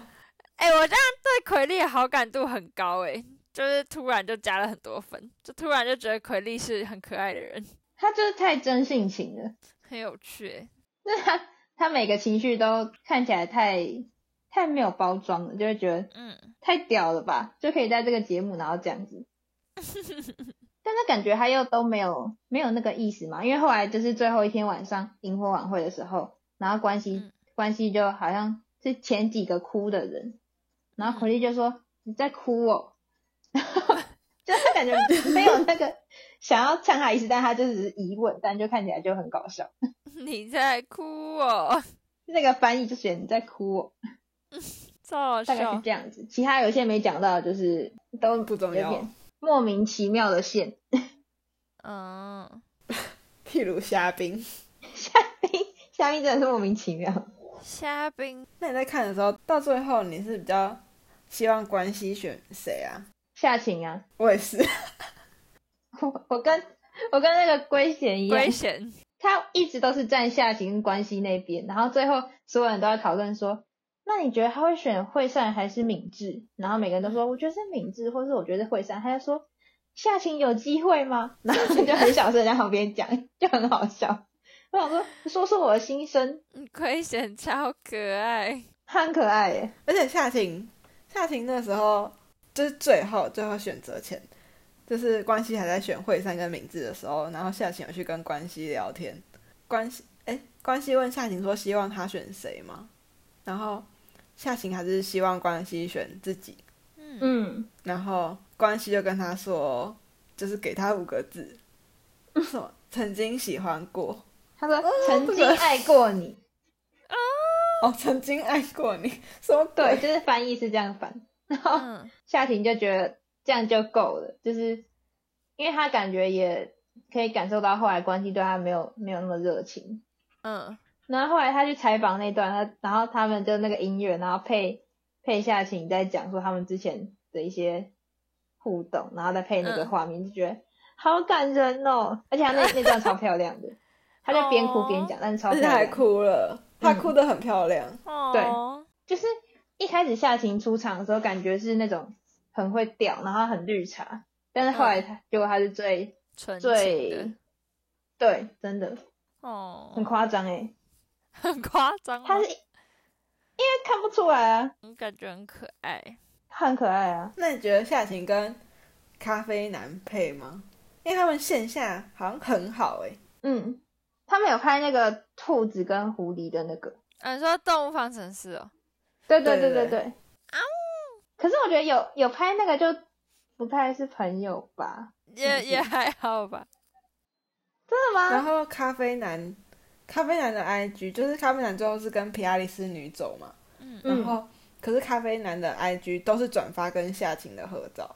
[SPEAKER 3] 哎、我这样对奎利的好感度很高哎、就是突然就加了很多分，就突然就觉得奎利是很可爱的人，
[SPEAKER 2] 他就是太真性情了。
[SPEAKER 3] 很有趣、欸。
[SPEAKER 2] 那他他每个情绪都看起来太太没有包装了，就会觉得
[SPEAKER 3] 嗯，
[SPEAKER 2] 太屌了吧，就可以在这个节目然后这样 子。但是感觉他又都没有没有那个意思嘛，因为后来就是最后一天晚上萤火晚会的时候，然后关系、
[SPEAKER 3] 嗯
[SPEAKER 2] 关系就好像是前几个哭的人，然后奎利就说、你在哭哦， 然后就是感觉没有那个想要呛他意思，但他就只是疑问，但就看起来就很搞笑。
[SPEAKER 3] 你在哭哦，
[SPEAKER 2] 那个翻译就写你在哭、哦，
[SPEAKER 3] 超好
[SPEAKER 2] 大概是
[SPEAKER 3] 笑。
[SPEAKER 2] 这样子。其他有些没讲到，就是都
[SPEAKER 1] 不重
[SPEAKER 2] 有
[SPEAKER 1] 要
[SPEAKER 2] 点莫名其妙的线。
[SPEAKER 3] 嗯，
[SPEAKER 1] 譬如虾兵，
[SPEAKER 2] 下面真的是莫名其妙。
[SPEAKER 3] 虾兵
[SPEAKER 1] 那你在看的时候，到最后你是比较希望关系选谁啊？
[SPEAKER 2] 夏晴啊，
[SPEAKER 1] 我也是，
[SPEAKER 2] 我我跟我跟那个龟贤一样，
[SPEAKER 3] 龟贤，
[SPEAKER 2] 他一直都是站夏晴关系那边，然后最后所有人都在讨论说，那你觉得他会选惠善还是敏智？然后每个人都说，我觉得是敏智，或是我觉得是惠善。他就说夏晴有机会吗？然后就很小声在旁边讲，就很好笑。我想说，说出我的心声，
[SPEAKER 3] 嗯龟贤超可爱。
[SPEAKER 2] 他很可爱耶。
[SPEAKER 1] 而且夏晴，夏婷那时候就是最后最后选择前，就是关西还在选惠善跟明志的时候，然后夏晴有去跟关西聊天，关西哎，关西问夏晴说希望他选谁吗？然后夏晴还是希望关西选自己，
[SPEAKER 3] 嗯，
[SPEAKER 2] 嗯，
[SPEAKER 1] 然后关西就跟他说，就是给他五个字，什么曾经喜欢过
[SPEAKER 2] 他说曾经爱过你，
[SPEAKER 1] 哦，曾经爱过你，什么鬼
[SPEAKER 2] 对，就是翻译是这样翻。然后
[SPEAKER 3] 嗯，
[SPEAKER 2] 夏婷就觉得这样就够了，就是因为她感觉也可以感受到后来关系对她没有没有那么热情。
[SPEAKER 3] 嗯，
[SPEAKER 2] 然后后来她去采访那段，她然后他们就那个音乐，然后配配夏晴在讲说他们之前的一些互动，然后再配那个
[SPEAKER 3] 嗯
[SPEAKER 2] 画面，就觉得好感人哦。而且她那那段超漂亮的，她就边哭边讲，但是超
[SPEAKER 1] 而
[SPEAKER 2] 漂
[SPEAKER 1] 且还
[SPEAKER 2] 亮。
[SPEAKER 1] 哭了，她哭得很漂亮。
[SPEAKER 3] 哦，
[SPEAKER 2] 就是一开始夏晴出场的时候，感觉是那种很会调，然后很绿茶，但是后来她、结果她是最
[SPEAKER 3] 纯情
[SPEAKER 2] 最
[SPEAKER 3] 的，
[SPEAKER 2] 对，真的
[SPEAKER 3] 哦，
[SPEAKER 2] 很夸张哎，
[SPEAKER 3] 很夸张吗，
[SPEAKER 2] 她是因为看不出来啊，
[SPEAKER 3] 我感觉很可爱。
[SPEAKER 2] 她很可爱啊，
[SPEAKER 1] 那你觉得夏晴跟咖啡男配吗？因为他们线下好像很好哎、
[SPEAKER 2] 嗯，他们有拍那个兔子跟狐狸的那个，
[SPEAKER 3] 啊，你说动物方程式哦，
[SPEAKER 2] 对对
[SPEAKER 1] 对
[SPEAKER 2] 对对
[SPEAKER 1] 对
[SPEAKER 2] 对，可是我觉得有有拍那个就不太是朋友吧？嗯
[SPEAKER 3] 也
[SPEAKER 2] 嗯
[SPEAKER 3] 也还好吧。
[SPEAKER 2] 真的吗？
[SPEAKER 1] 然后咖啡男，咖啡男的 IG 就是咖啡男最后是跟皮亚利斯女走嘛，
[SPEAKER 3] 嗯，
[SPEAKER 1] 然
[SPEAKER 2] 嗯，
[SPEAKER 1] 后可是咖啡男的 IG 都是转发跟夏晴的合照，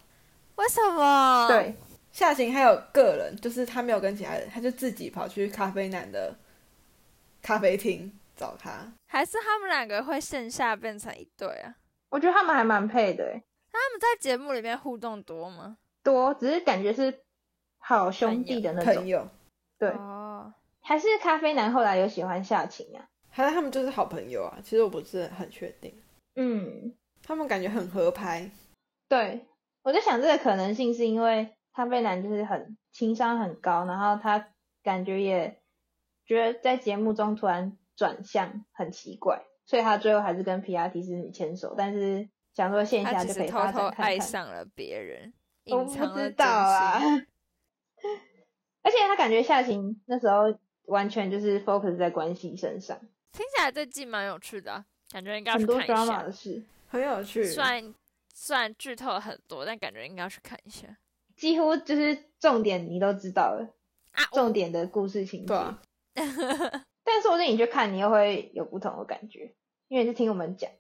[SPEAKER 3] 为什么？，
[SPEAKER 2] 嗯对，
[SPEAKER 1] 夏晴还有个人，就是他没有跟其他人，他就自己跑去咖啡男的咖啡厅找他。
[SPEAKER 3] 还是他们两个会线下变成一对啊？
[SPEAKER 2] 我觉得他们还蛮配的欸。
[SPEAKER 3] 他们在节目里面互动多吗？
[SPEAKER 2] 多，只是感觉是好兄弟的那
[SPEAKER 1] 朋
[SPEAKER 2] 种。
[SPEAKER 1] 友，
[SPEAKER 2] 对，
[SPEAKER 3] 哦，
[SPEAKER 2] 还是咖啡男后来有喜欢夏晴啊？
[SPEAKER 1] 还有他们就是好朋友啊。其实我不是很确定，
[SPEAKER 2] 嗯，
[SPEAKER 1] 他们感觉很合拍。
[SPEAKER 2] 对，我在想这个可能性是因为咖啡男就是很情商很高，然后他感觉也觉得在节目中突然转向很奇怪，所以他最后还是跟皮亚提斯女牵手，但是想说线
[SPEAKER 3] 他
[SPEAKER 2] 下
[SPEAKER 3] 其
[SPEAKER 2] 就可
[SPEAKER 3] 实
[SPEAKER 2] 以
[SPEAKER 3] 偷
[SPEAKER 2] 发
[SPEAKER 3] 偷
[SPEAKER 2] 展看
[SPEAKER 3] 爱
[SPEAKER 2] 看。
[SPEAKER 3] 上了别人，
[SPEAKER 2] 我
[SPEAKER 3] 隐
[SPEAKER 2] 不
[SPEAKER 3] 藏了
[SPEAKER 2] 知
[SPEAKER 3] 真
[SPEAKER 2] 道啊
[SPEAKER 3] 心。。
[SPEAKER 2] 而且他感觉夏晴那时候完全就是 focus 在关系身上，
[SPEAKER 3] 听起来这季蛮有趣的啊、感觉应该要
[SPEAKER 2] 很
[SPEAKER 3] 去
[SPEAKER 2] 多
[SPEAKER 3] 看一
[SPEAKER 2] drama
[SPEAKER 3] 下。
[SPEAKER 2] 的事。
[SPEAKER 1] 很有趣，
[SPEAKER 3] 虽然虽然剧透了很多，但感觉应该要去看一下
[SPEAKER 2] 几乎就是重点你都知道了，
[SPEAKER 3] 啊。
[SPEAKER 2] 重点的故事情节。
[SPEAKER 1] 对啊
[SPEAKER 2] 但说不定你去看，你又会有不同的感觉，因为你是听我们讲。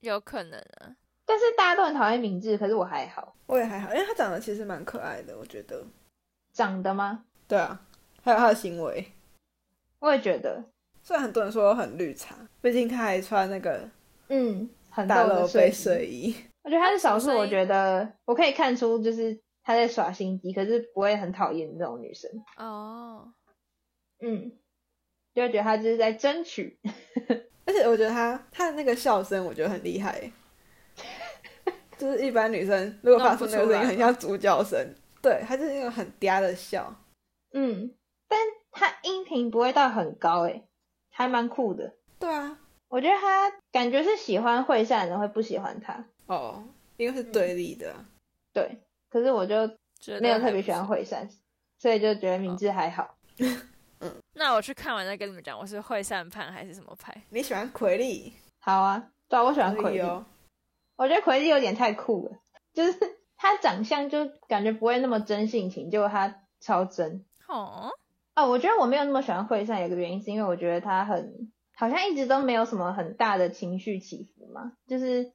[SPEAKER 3] 有可能啊，
[SPEAKER 2] 但是大家都很讨厌明智，可是我还好。
[SPEAKER 1] 我也还好，因为他长得其实蛮可爱的，我觉得。
[SPEAKER 2] 长得吗？
[SPEAKER 1] 对啊，还有他的行为，
[SPEAKER 2] 我也觉得，
[SPEAKER 1] 虽然很多人说很绿茶，毕竟他还穿那个
[SPEAKER 2] 嗯，很
[SPEAKER 1] 大
[SPEAKER 2] 露的
[SPEAKER 1] 露背
[SPEAKER 2] 衣
[SPEAKER 1] 睡衣。
[SPEAKER 2] 我觉得他是少数，
[SPEAKER 3] 所以
[SPEAKER 2] 我觉得我可以看出就是他在耍心机，可是不会很讨厌这种女生。
[SPEAKER 3] 哦，
[SPEAKER 2] 嗯，就会觉得他就是在争取。
[SPEAKER 1] 而且我觉得他他的那个笑声，我觉得很厉 害，就是一般女生如果发出那个声音，很像猪叫声。对，他就是那种很嗲的笑，
[SPEAKER 2] 嗯，但他音频不会到很高诶、还蛮酷的。
[SPEAKER 1] 对啊，
[SPEAKER 2] 我觉得他感觉是喜欢惠善的人会不喜欢他，
[SPEAKER 1] 哦，因为是对立的啊、
[SPEAKER 2] 对。可是我就
[SPEAKER 3] 觉得
[SPEAKER 2] 没有特
[SPEAKER 3] 还
[SPEAKER 2] 别
[SPEAKER 3] 不
[SPEAKER 2] 喜欢
[SPEAKER 3] 错。
[SPEAKER 2] 惠善，所以就觉得明智还好。
[SPEAKER 3] 那我去看完再跟你们讲，我是会善派还是什么派？
[SPEAKER 1] 你喜欢奎利，
[SPEAKER 2] 好啊，对啊，我喜欢
[SPEAKER 1] 可
[SPEAKER 2] 奎
[SPEAKER 1] 以
[SPEAKER 2] 利，
[SPEAKER 1] 哦，
[SPEAKER 2] 我觉得奎利有点太酷了，就是他长相就感觉不会那么真性情，结果他超真。
[SPEAKER 3] 哦，
[SPEAKER 2] 哦，我觉得我没有那么喜欢惠善，有个原因是因为我觉得他很好像一直都没有什么很大的情绪起伏嘛，就是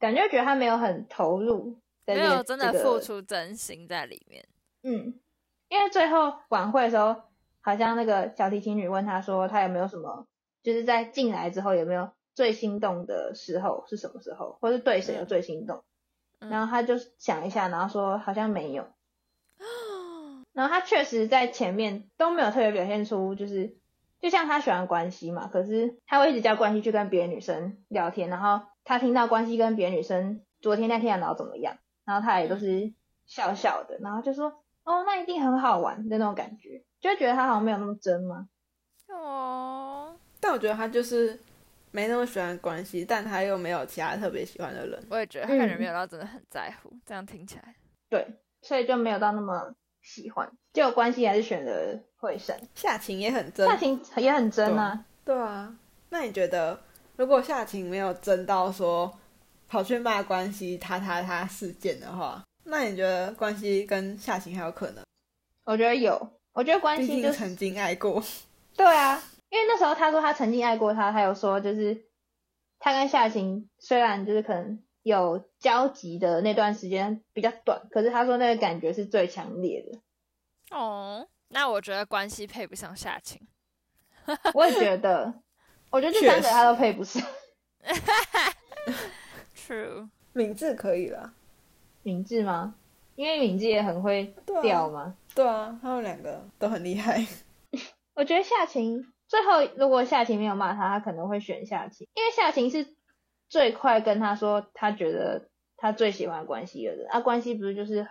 [SPEAKER 2] 感觉觉得他没有很投入在
[SPEAKER 3] 没
[SPEAKER 2] 这个，
[SPEAKER 3] 有真的
[SPEAKER 2] 这个
[SPEAKER 3] 付出真心在里面。
[SPEAKER 2] 嗯，因为最后晚会的时候，好像那个小提琴女问他说，他有没有什么，就是在进来之后有没有最心动的时候是什么时候，或是对谁有最心动？
[SPEAKER 3] 嗯
[SPEAKER 2] 然后他就想一下，然后说好像没有。然后他确实在前面都没有特别表现出，就是就像他喜欢关系嘛，可是他会一直叫关系去跟别的女生聊天，然后他听到关系跟别的女生昨天那天的然后怎么样，然后他也都是笑笑的，然后就说哦，那一定很好玩的那种感觉，就会觉得他好像没有那么真嘛。
[SPEAKER 3] 哦，
[SPEAKER 1] 但我觉得他就是没那么喜欢的关系，但他又没有其他特别喜欢的人。
[SPEAKER 3] 我也觉得他感觉
[SPEAKER 2] 嗯
[SPEAKER 3] 没有到真的很在乎，这样听起来。
[SPEAKER 2] 对，所以就没有到那么喜欢，就有关系还是选择会胜。
[SPEAKER 1] 夏晴也很真
[SPEAKER 2] 夏，晴也很真啊，
[SPEAKER 1] 对啊。那你觉得，如果夏晴没有真到说跑去骂关系他他他事件的话，那你觉得关系跟夏晴还有可能？
[SPEAKER 2] 我觉得有，我觉得关
[SPEAKER 1] 毕
[SPEAKER 2] 系
[SPEAKER 1] 竟
[SPEAKER 2] 就是
[SPEAKER 1] 曾经爱 过，
[SPEAKER 2] 对啊，因为那时候他说他曾经爱过他，他有说就是他跟夏晴虽然就是可能有交集的那段时间比较短，可是他说那个感觉是最强烈的。
[SPEAKER 3] 哦，那我觉得关系配不上夏晴。
[SPEAKER 2] 我也觉得，我觉得这三
[SPEAKER 1] 确
[SPEAKER 2] 个
[SPEAKER 1] 实
[SPEAKER 2] 他都配不上。
[SPEAKER 3] True，
[SPEAKER 1] 敏智可以了。
[SPEAKER 2] 敏智吗？因为敏智也很会
[SPEAKER 1] 对
[SPEAKER 2] 钓
[SPEAKER 1] 啊，
[SPEAKER 2] 嘛。
[SPEAKER 1] 对啊，他们两个都很厉害。
[SPEAKER 2] 我觉得夏晴最后如果夏晴没有骂他，他可能会选夏晴，因为夏晴是最快跟他说他觉得他最喜欢关系的人，啊，关系不是就是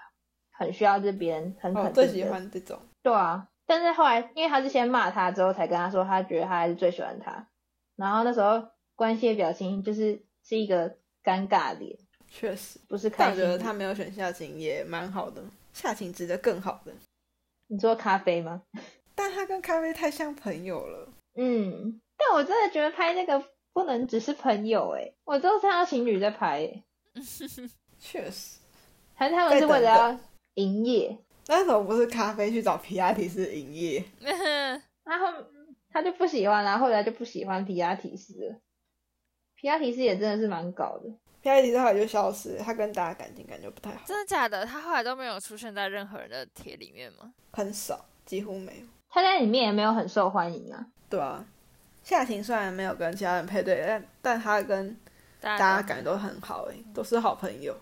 [SPEAKER 2] 很需要这别人很肯
[SPEAKER 1] 哦
[SPEAKER 2] 定，
[SPEAKER 1] 最
[SPEAKER 2] 的
[SPEAKER 1] 喜欢这种。
[SPEAKER 2] 对啊，但是后来因为他是先骂他，之后才跟他说他觉得他还是最喜欢他，然后那时候关系的表情就是是一个尴尬脸，
[SPEAKER 1] 确实，
[SPEAKER 2] 不是
[SPEAKER 1] 但
[SPEAKER 2] 开
[SPEAKER 1] 我
[SPEAKER 2] 心
[SPEAKER 1] 觉
[SPEAKER 2] 的。
[SPEAKER 1] 得他没有选夏晴也蛮好的，夏晴值得更好的。
[SPEAKER 2] 你说咖啡吗？
[SPEAKER 1] 但他跟咖啡太像朋友了，
[SPEAKER 2] 嗯，但我真的觉得拍那个不能只是朋友诶、我都看到情侣在拍、欸。
[SPEAKER 1] 确实。
[SPEAKER 2] 还是他们是为了要营业？
[SPEAKER 1] 那时候不是咖啡去找皮亚提斯营业，
[SPEAKER 2] 然后他就不喜欢啦，后来就不喜欢皮亚提斯了。皮亚提斯也真的是蛮搞的，
[SPEAKER 1] 皮亚提斯后来就消失，他跟大家感情感觉不太好，
[SPEAKER 3] 真的假的？他后来都没有出现在任何人的帖里面吗？
[SPEAKER 1] 很少，几乎没有。
[SPEAKER 2] 他在里面也没有很受欢迎啊。
[SPEAKER 1] 对啊，夏晴虽然没有跟其他人配对，但但他跟大
[SPEAKER 3] 大家
[SPEAKER 1] 家感觉都很好、欸，都是好朋友。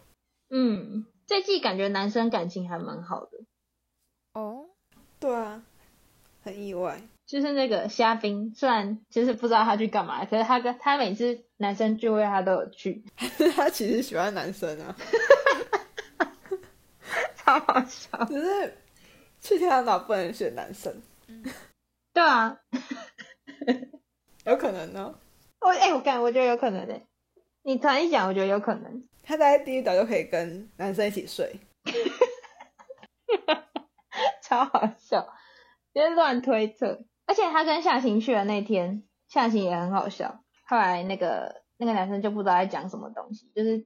[SPEAKER 2] 嗯，这季感觉男生感情还蛮好的，
[SPEAKER 3] 哦，
[SPEAKER 1] 对啊，很意外。
[SPEAKER 2] 就是那个虾兵，虽然就是不知道他去干嘛，可是他跟他每次男生聚会他都有去，
[SPEAKER 1] 他其实喜欢男生啊，
[SPEAKER 2] 超好笑。
[SPEAKER 1] 只是去天堂岛不能选男生，
[SPEAKER 2] 对啊，
[SPEAKER 1] 有可能哦呢、
[SPEAKER 2] 我哎、我感我觉得有可能的、欸你突然一讲，我觉得有可能。
[SPEAKER 1] 他在地狱岛就可以跟男生一起睡。
[SPEAKER 2] 超好笑，别乱推测。而且他跟夏晴去的那天，夏晴也很好笑。后来那个那个男生就不知道在讲什么东西，就是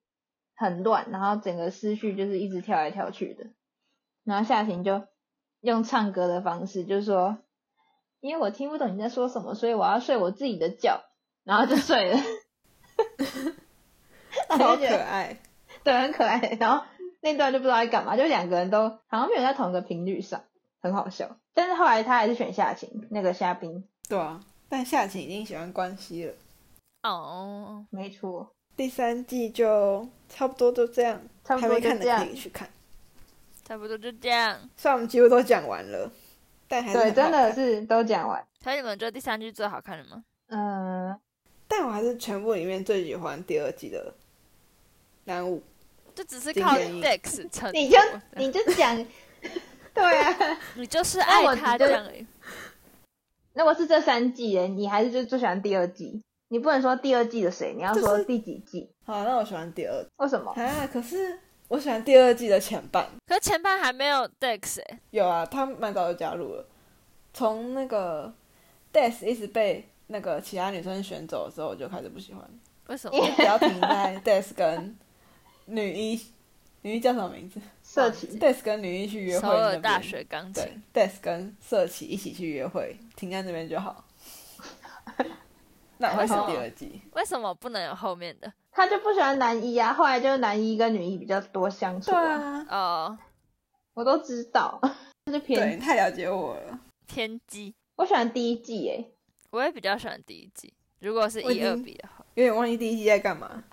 [SPEAKER 2] 很乱，然后整个思绪就是一直跳来跳去的。然后夏晴就用唱歌的方式，就说：“因为我听不懂你在说什么，所以我要睡我自己的觉。”然后就睡了，
[SPEAKER 1] 好可爱。
[SPEAKER 2] 对，很可爱。然后那段就不知道在干嘛，就两个人都好像没有在同一个频率上，很好笑。但是后来他还是选夏晴，那个虾兵，
[SPEAKER 1] 对啊，但夏晴已经喜欢关西了。
[SPEAKER 3] 哦，
[SPEAKER 2] 没错，
[SPEAKER 1] 第三季就差不多就这样，
[SPEAKER 2] 差不
[SPEAKER 1] 还
[SPEAKER 2] 多
[SPEAKER 1] 没
[SPEAKER 2] 就
[SPEAKER 1] 看
[SPEAKER 2] 这
[SPEAKER 1] 的可
[SPEAKER 2] 样
[SPEAKER 1] 以。去看。
[SPEAKER 3] 差不多就这样。
[SPEAKER 1] 虽然我们几乎都讲完了，但还是
[SPEAKER 2] 对，
[SPEAKER 1] 很好看
[SPEAKER 2] 真的。是都讲完。
[SPEAKER 3] 所以你们觉得第三季最好看的吗？
[SPEAKER 2] 嗯、
[SPEAKER 1] 但我还是全部里面最喜欢第二季的男五。
[SPEAKER 3] 就只是
[SPEAKER 1] 金
[SPEAKER 3] 靠
[SPEAKER 1] 田一
[SPEAKER 3] Dex
[SPEAKER 1] 呃
[SPEAKER 3] 成
[SPEAKER 2] 你就
[SPEAKER 3] 就
[SPEAKER 2] 你就讲， 对啊。
[SPEAKER 3] 你就是
[SPEAKER 2] 那
[SPEAKER 3] 爱
[SPEAKER 2] 我
[SPEAKER 3] 他
[SPEAKER 2] 觉得
[SPEAKER 3] 这样而已。
[SPEAKER 2] 如果是这三季耶，你还是就最喜欢第二季。你不能说第二季的谁，你要
[SPEAKER 1] 就是
[SPEAKER 2] 说第几季？
[SPEAKER 1] 好，那我喜欢第二
[SPEAKER 2] 为什么？
[SPEAKER 1] 啊，可是我喜欢第二季的前半。
[SPEAKER 3] 可是前半还没有 Dex 哎、
[SPEAKER 1] 有啊，他蛮早就加入了。从那个 Death 一直被那个其他女生选走的时候，我就开始不喜欢。
[SPEAKER 3] 为什
[SPEAKER 1] 就
[SPEAKER 3] 么？
[SPEAKER 1] 不 要停 在 Death 跟女一，女一叫什么名字
[SPEAKER 2] 社群
[SPEAKER 1] ？Death 跟女一去约会
[SPEAKER 3] 首
[SPEAKER 1] 那
[SPEAKER 3] 尔
[SPEAKER 1] 边，
[SPEAKER 3] 大学钢琴
[SPEAKER 1] 对。Death 跟社企一起去约会，停在那边就好。 那我会选第二季，
[SPEAKER 3] 为什么不能有后面的？
[SPEAKER 2] 他就不喜欢男一啊，后来就是男一跟女一比较多相处、啊，
[SPEAKER 1] 啊，
[SPEAKER 3] 哦，
[SPEAKER 2] 我都知道，他就偏
[SPEAKER 1] 对，你太了解我了，
[SPEAKER 3] 天机，
[SPEAKER 2] 我喜欢第一季诶，
[SPEAKER 3] 我也比较喜欢第一季。如果是
[SPEAKER 1] 我已
[SPEAKER 3] 一二
[SPEAKER 1] 经
[SPEAKER 3] 比的话，
[SPEAKER 1] 有点忘记第一季在干 嘛，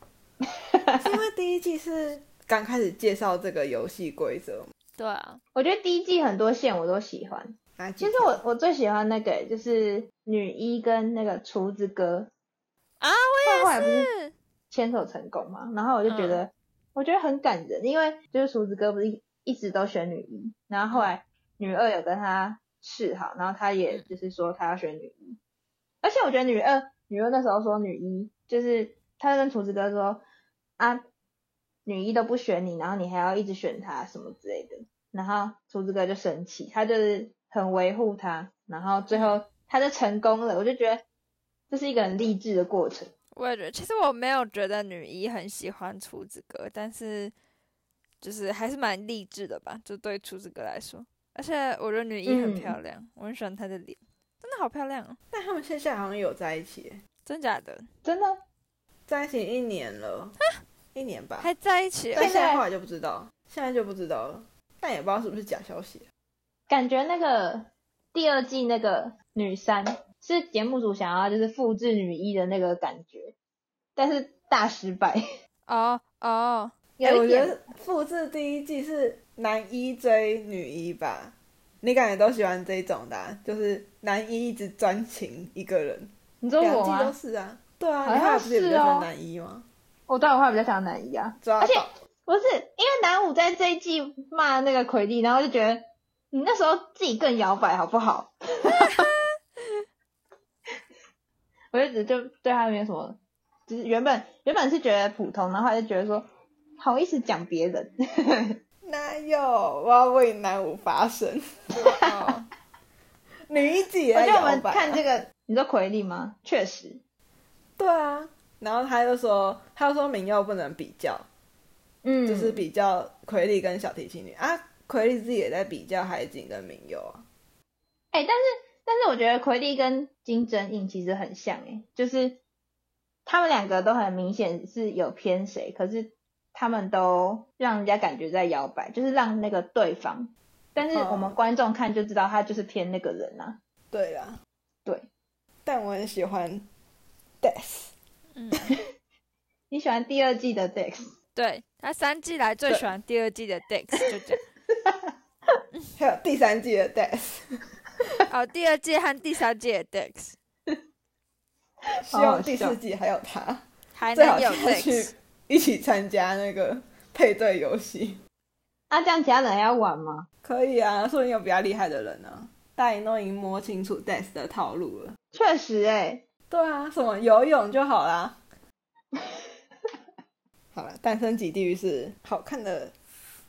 [SPEAKER 1] 因为第一季是刚开始介绍这个游戏规则，
[SPEAKER 3] 对啊，
[SPEAKER 2] 我觉得第一季很多线我都喜欢。
[SPEAKER 1] 哪几
[SPEAKER 2] 其实
[SPEAKER 1] 条
[SPEAKER 2] 我我最喜欢那个诶就是女一跟那个厨子哥
[SPEAKER 3] 啊
[SPEAKER 2] 我后来不是
[SPEAKER 3] 是嗯
[SPEAKER 2] 牵手成功嘛，然后我就觉得、我觉得很感人，因为就是厨子哥不是一一直都选女一，然后后来女二有跟他示好，然后他也
[SPEAKER 3] 嗯
[SPEAKER 2] 就是说他要选女一，而且我觉得女二女优那时候说女一，就是他跟楚子哥说啊，女一都不选你，然后你还要一直选她什么之类的，然后楚子哥就生气，他就是很维护她，然后最后他就成功了，我就觉得这是一个很励志的过程。
[SPEAKER 3] 我也觉得，其实我没有觉得女一很喜欢楚子哥，但是就是还是蛮励志的吧，就对楚子哥来说。而且我觉得女一
[SPEAKER 2] 嗯
[SPEAKER 3] 很漂亮，我很喜欢她的脸，真的好漂亮哦！
[SPEAKER 1] 但他们现在好像有在一起耶，
[SPEAKER 3] 真假的？
[SPEAKER 2] 真的，
[SPEAKER 1] 在一起一年了，一年吧。
[SPEAKER 3] 还在一起哦？
[SPEAKER 1] 但现
[SPEAKER 2] 啊现
[SPEAKER 1] 在
[SPEAKER 2] 在
[SPEAKER 1] 后来就不知道，现在就不知道了。但也不知道是不是假消息。啊
[SPEAKER 2] 感觉那个第二季那个女三是节目组想要就是复制女一的那个感觉，但是大失败。
[SPEAKER 3] 哦哦，
[SPEAKER 1] 哎
[SPEAKER 2] 有
[SPEAKER 1] 我
[SPEAKER 2] 一
[SPEAKER 1] 觉
[SPEAKER 2] 点
[SPEAKER 1] 得复制第一季是男一追女一吧，你感觉都喜欢这种的啊、就是男一一直专情一个人，
[SPEAKER 2] 你说
[SPEAKER 1] 两
[SPEAKER 2] 我
[SPEAKER 1] 季都
[SPEAKER 2] 吗？
[SPEAKER 1] 是啊。对啊，
[SPEAKER 2] 好
[SPEAKER 1] 你后来
[SPEAKER 2] 像
[SPEAKER 1] 不是也比
[SPEAKER 2] 是
[SPEAKER 1] 较喜欢
[SPEAKER 2] 哦
[SPEAKER 1] 男一吗？
[SPEAKER 2] 我当然会比较喜欢男一啊，
[SPEAKER 1] 抓
[SPEAKER 2] 而且
[SPEAKER 1] 到
[SPEAKER 2] 不是因为男五在这一季骂那个奎利，然后就觉得你那时候自己更摇摆好不好？我就只
[SPEAKER 3] 哦
[SPEAKER 2] 就对他没有什么，只是原本原本是觉得普通，然后后来就觉得说好意思讲别人，
[SPEAKER 1] 哪有？我要为男五发声，
[SPEAKER 3] 哦
[SPEAKER 1] 女一季也
[SPEAKER 2] 我
[SPEAKER 1] 在
[SPEAKER 2] 觉得我
[SPEAKER 1] 摇
[SPEAKER 2] 们
[SPEAKER 1] 摆啊、
[SPEAKER 2] 看这个，你说奎利吗？确实，
[SPEAKER 1] 对啊，然后他就说，他就说明佑不能比较，
[SPEAKER 2] 嗯
[SPEAKER 1] 就是比较奎利跟小提琴女啊，奎利自己也在比较海景跟明佑啊。
[SPEAKER 2] 哎、但是但是我觉得奎利跟金正映其实很像哎、就是他们两个都很明显是有偏谁，可是他们都让人家感觉在摇摆，就是让那个对方，但是
[SPEAKER 1] 哦
[SPEAKER 2] 我们观众看就知道他就是偏那个人啊。
[SPEAKER 1] 对啦，
[SPEAKER 2] 对，
[SPEAKER 1] 但我很喜欢 Death，
[SPEAKER 3] 嗯，
[SPEAKER 2] 你喜欢第二季的 Dex？
[SPEAKER 3] 对他三季来最
[SPEAKER 1] 对
[SPEAKER 3] 喜欢第二季的 Dex，就这样。
[SPEAKER 1] 还有第三季的 Death，
[SPEAKER 3] 哦，第二季和第三季的 Dex
[SPEAKER 1] 希望第
[SPEAKER 2] 好好
[SPEAKER 1] 四
[SPEAKER 2] 笑
[SPEAKER 1] 季还有他，
[SPEAKER 3] 还
[SPEAKER 1] 最好
[SPEAKER 3] 能有
[SPEAKER 1] 他去
[SPEAKER 3] Dex，
[SPEAKER 1] 一起参加那个配对游戏。
[SPEAKER 2] 啊，这样其他人还要玩吗？
[SPEAKER 1] 可以啊，说不定有比较厉害的人呢、啊。大家都已经摸清楚 Death 的套路了。
[SPEAKER 2] 确实哎、
[SPEAKER 1] 对啊，什么游泳就好啦。 好了，《诞生级地狱》是好看的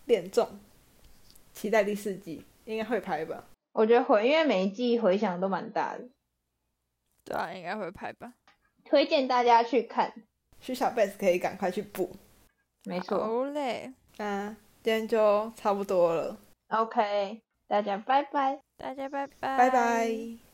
[SPEAKER 1] 恋综，期待第四季，应该会拍吧？
[SPEAKER 2] 我觉得回，因为每一季回响都蛮大的，
[SPEAKER 3] 对啊，应该会拍吧。
[SPEAKER 2] 推荐大家去看。
[SPEAKER 1] 徐小贝斯可以赶快去补。
[SPEAKER 2] 没错
[SPEAKER 3] 好嘞，
[SPEAKER 1] 那今天就差不多了，
[SPEAKER 2] ，OK，大家拜拜。
[SPEAKER 3] 大家拜拜，
[SPEAKER 1] 拜拜。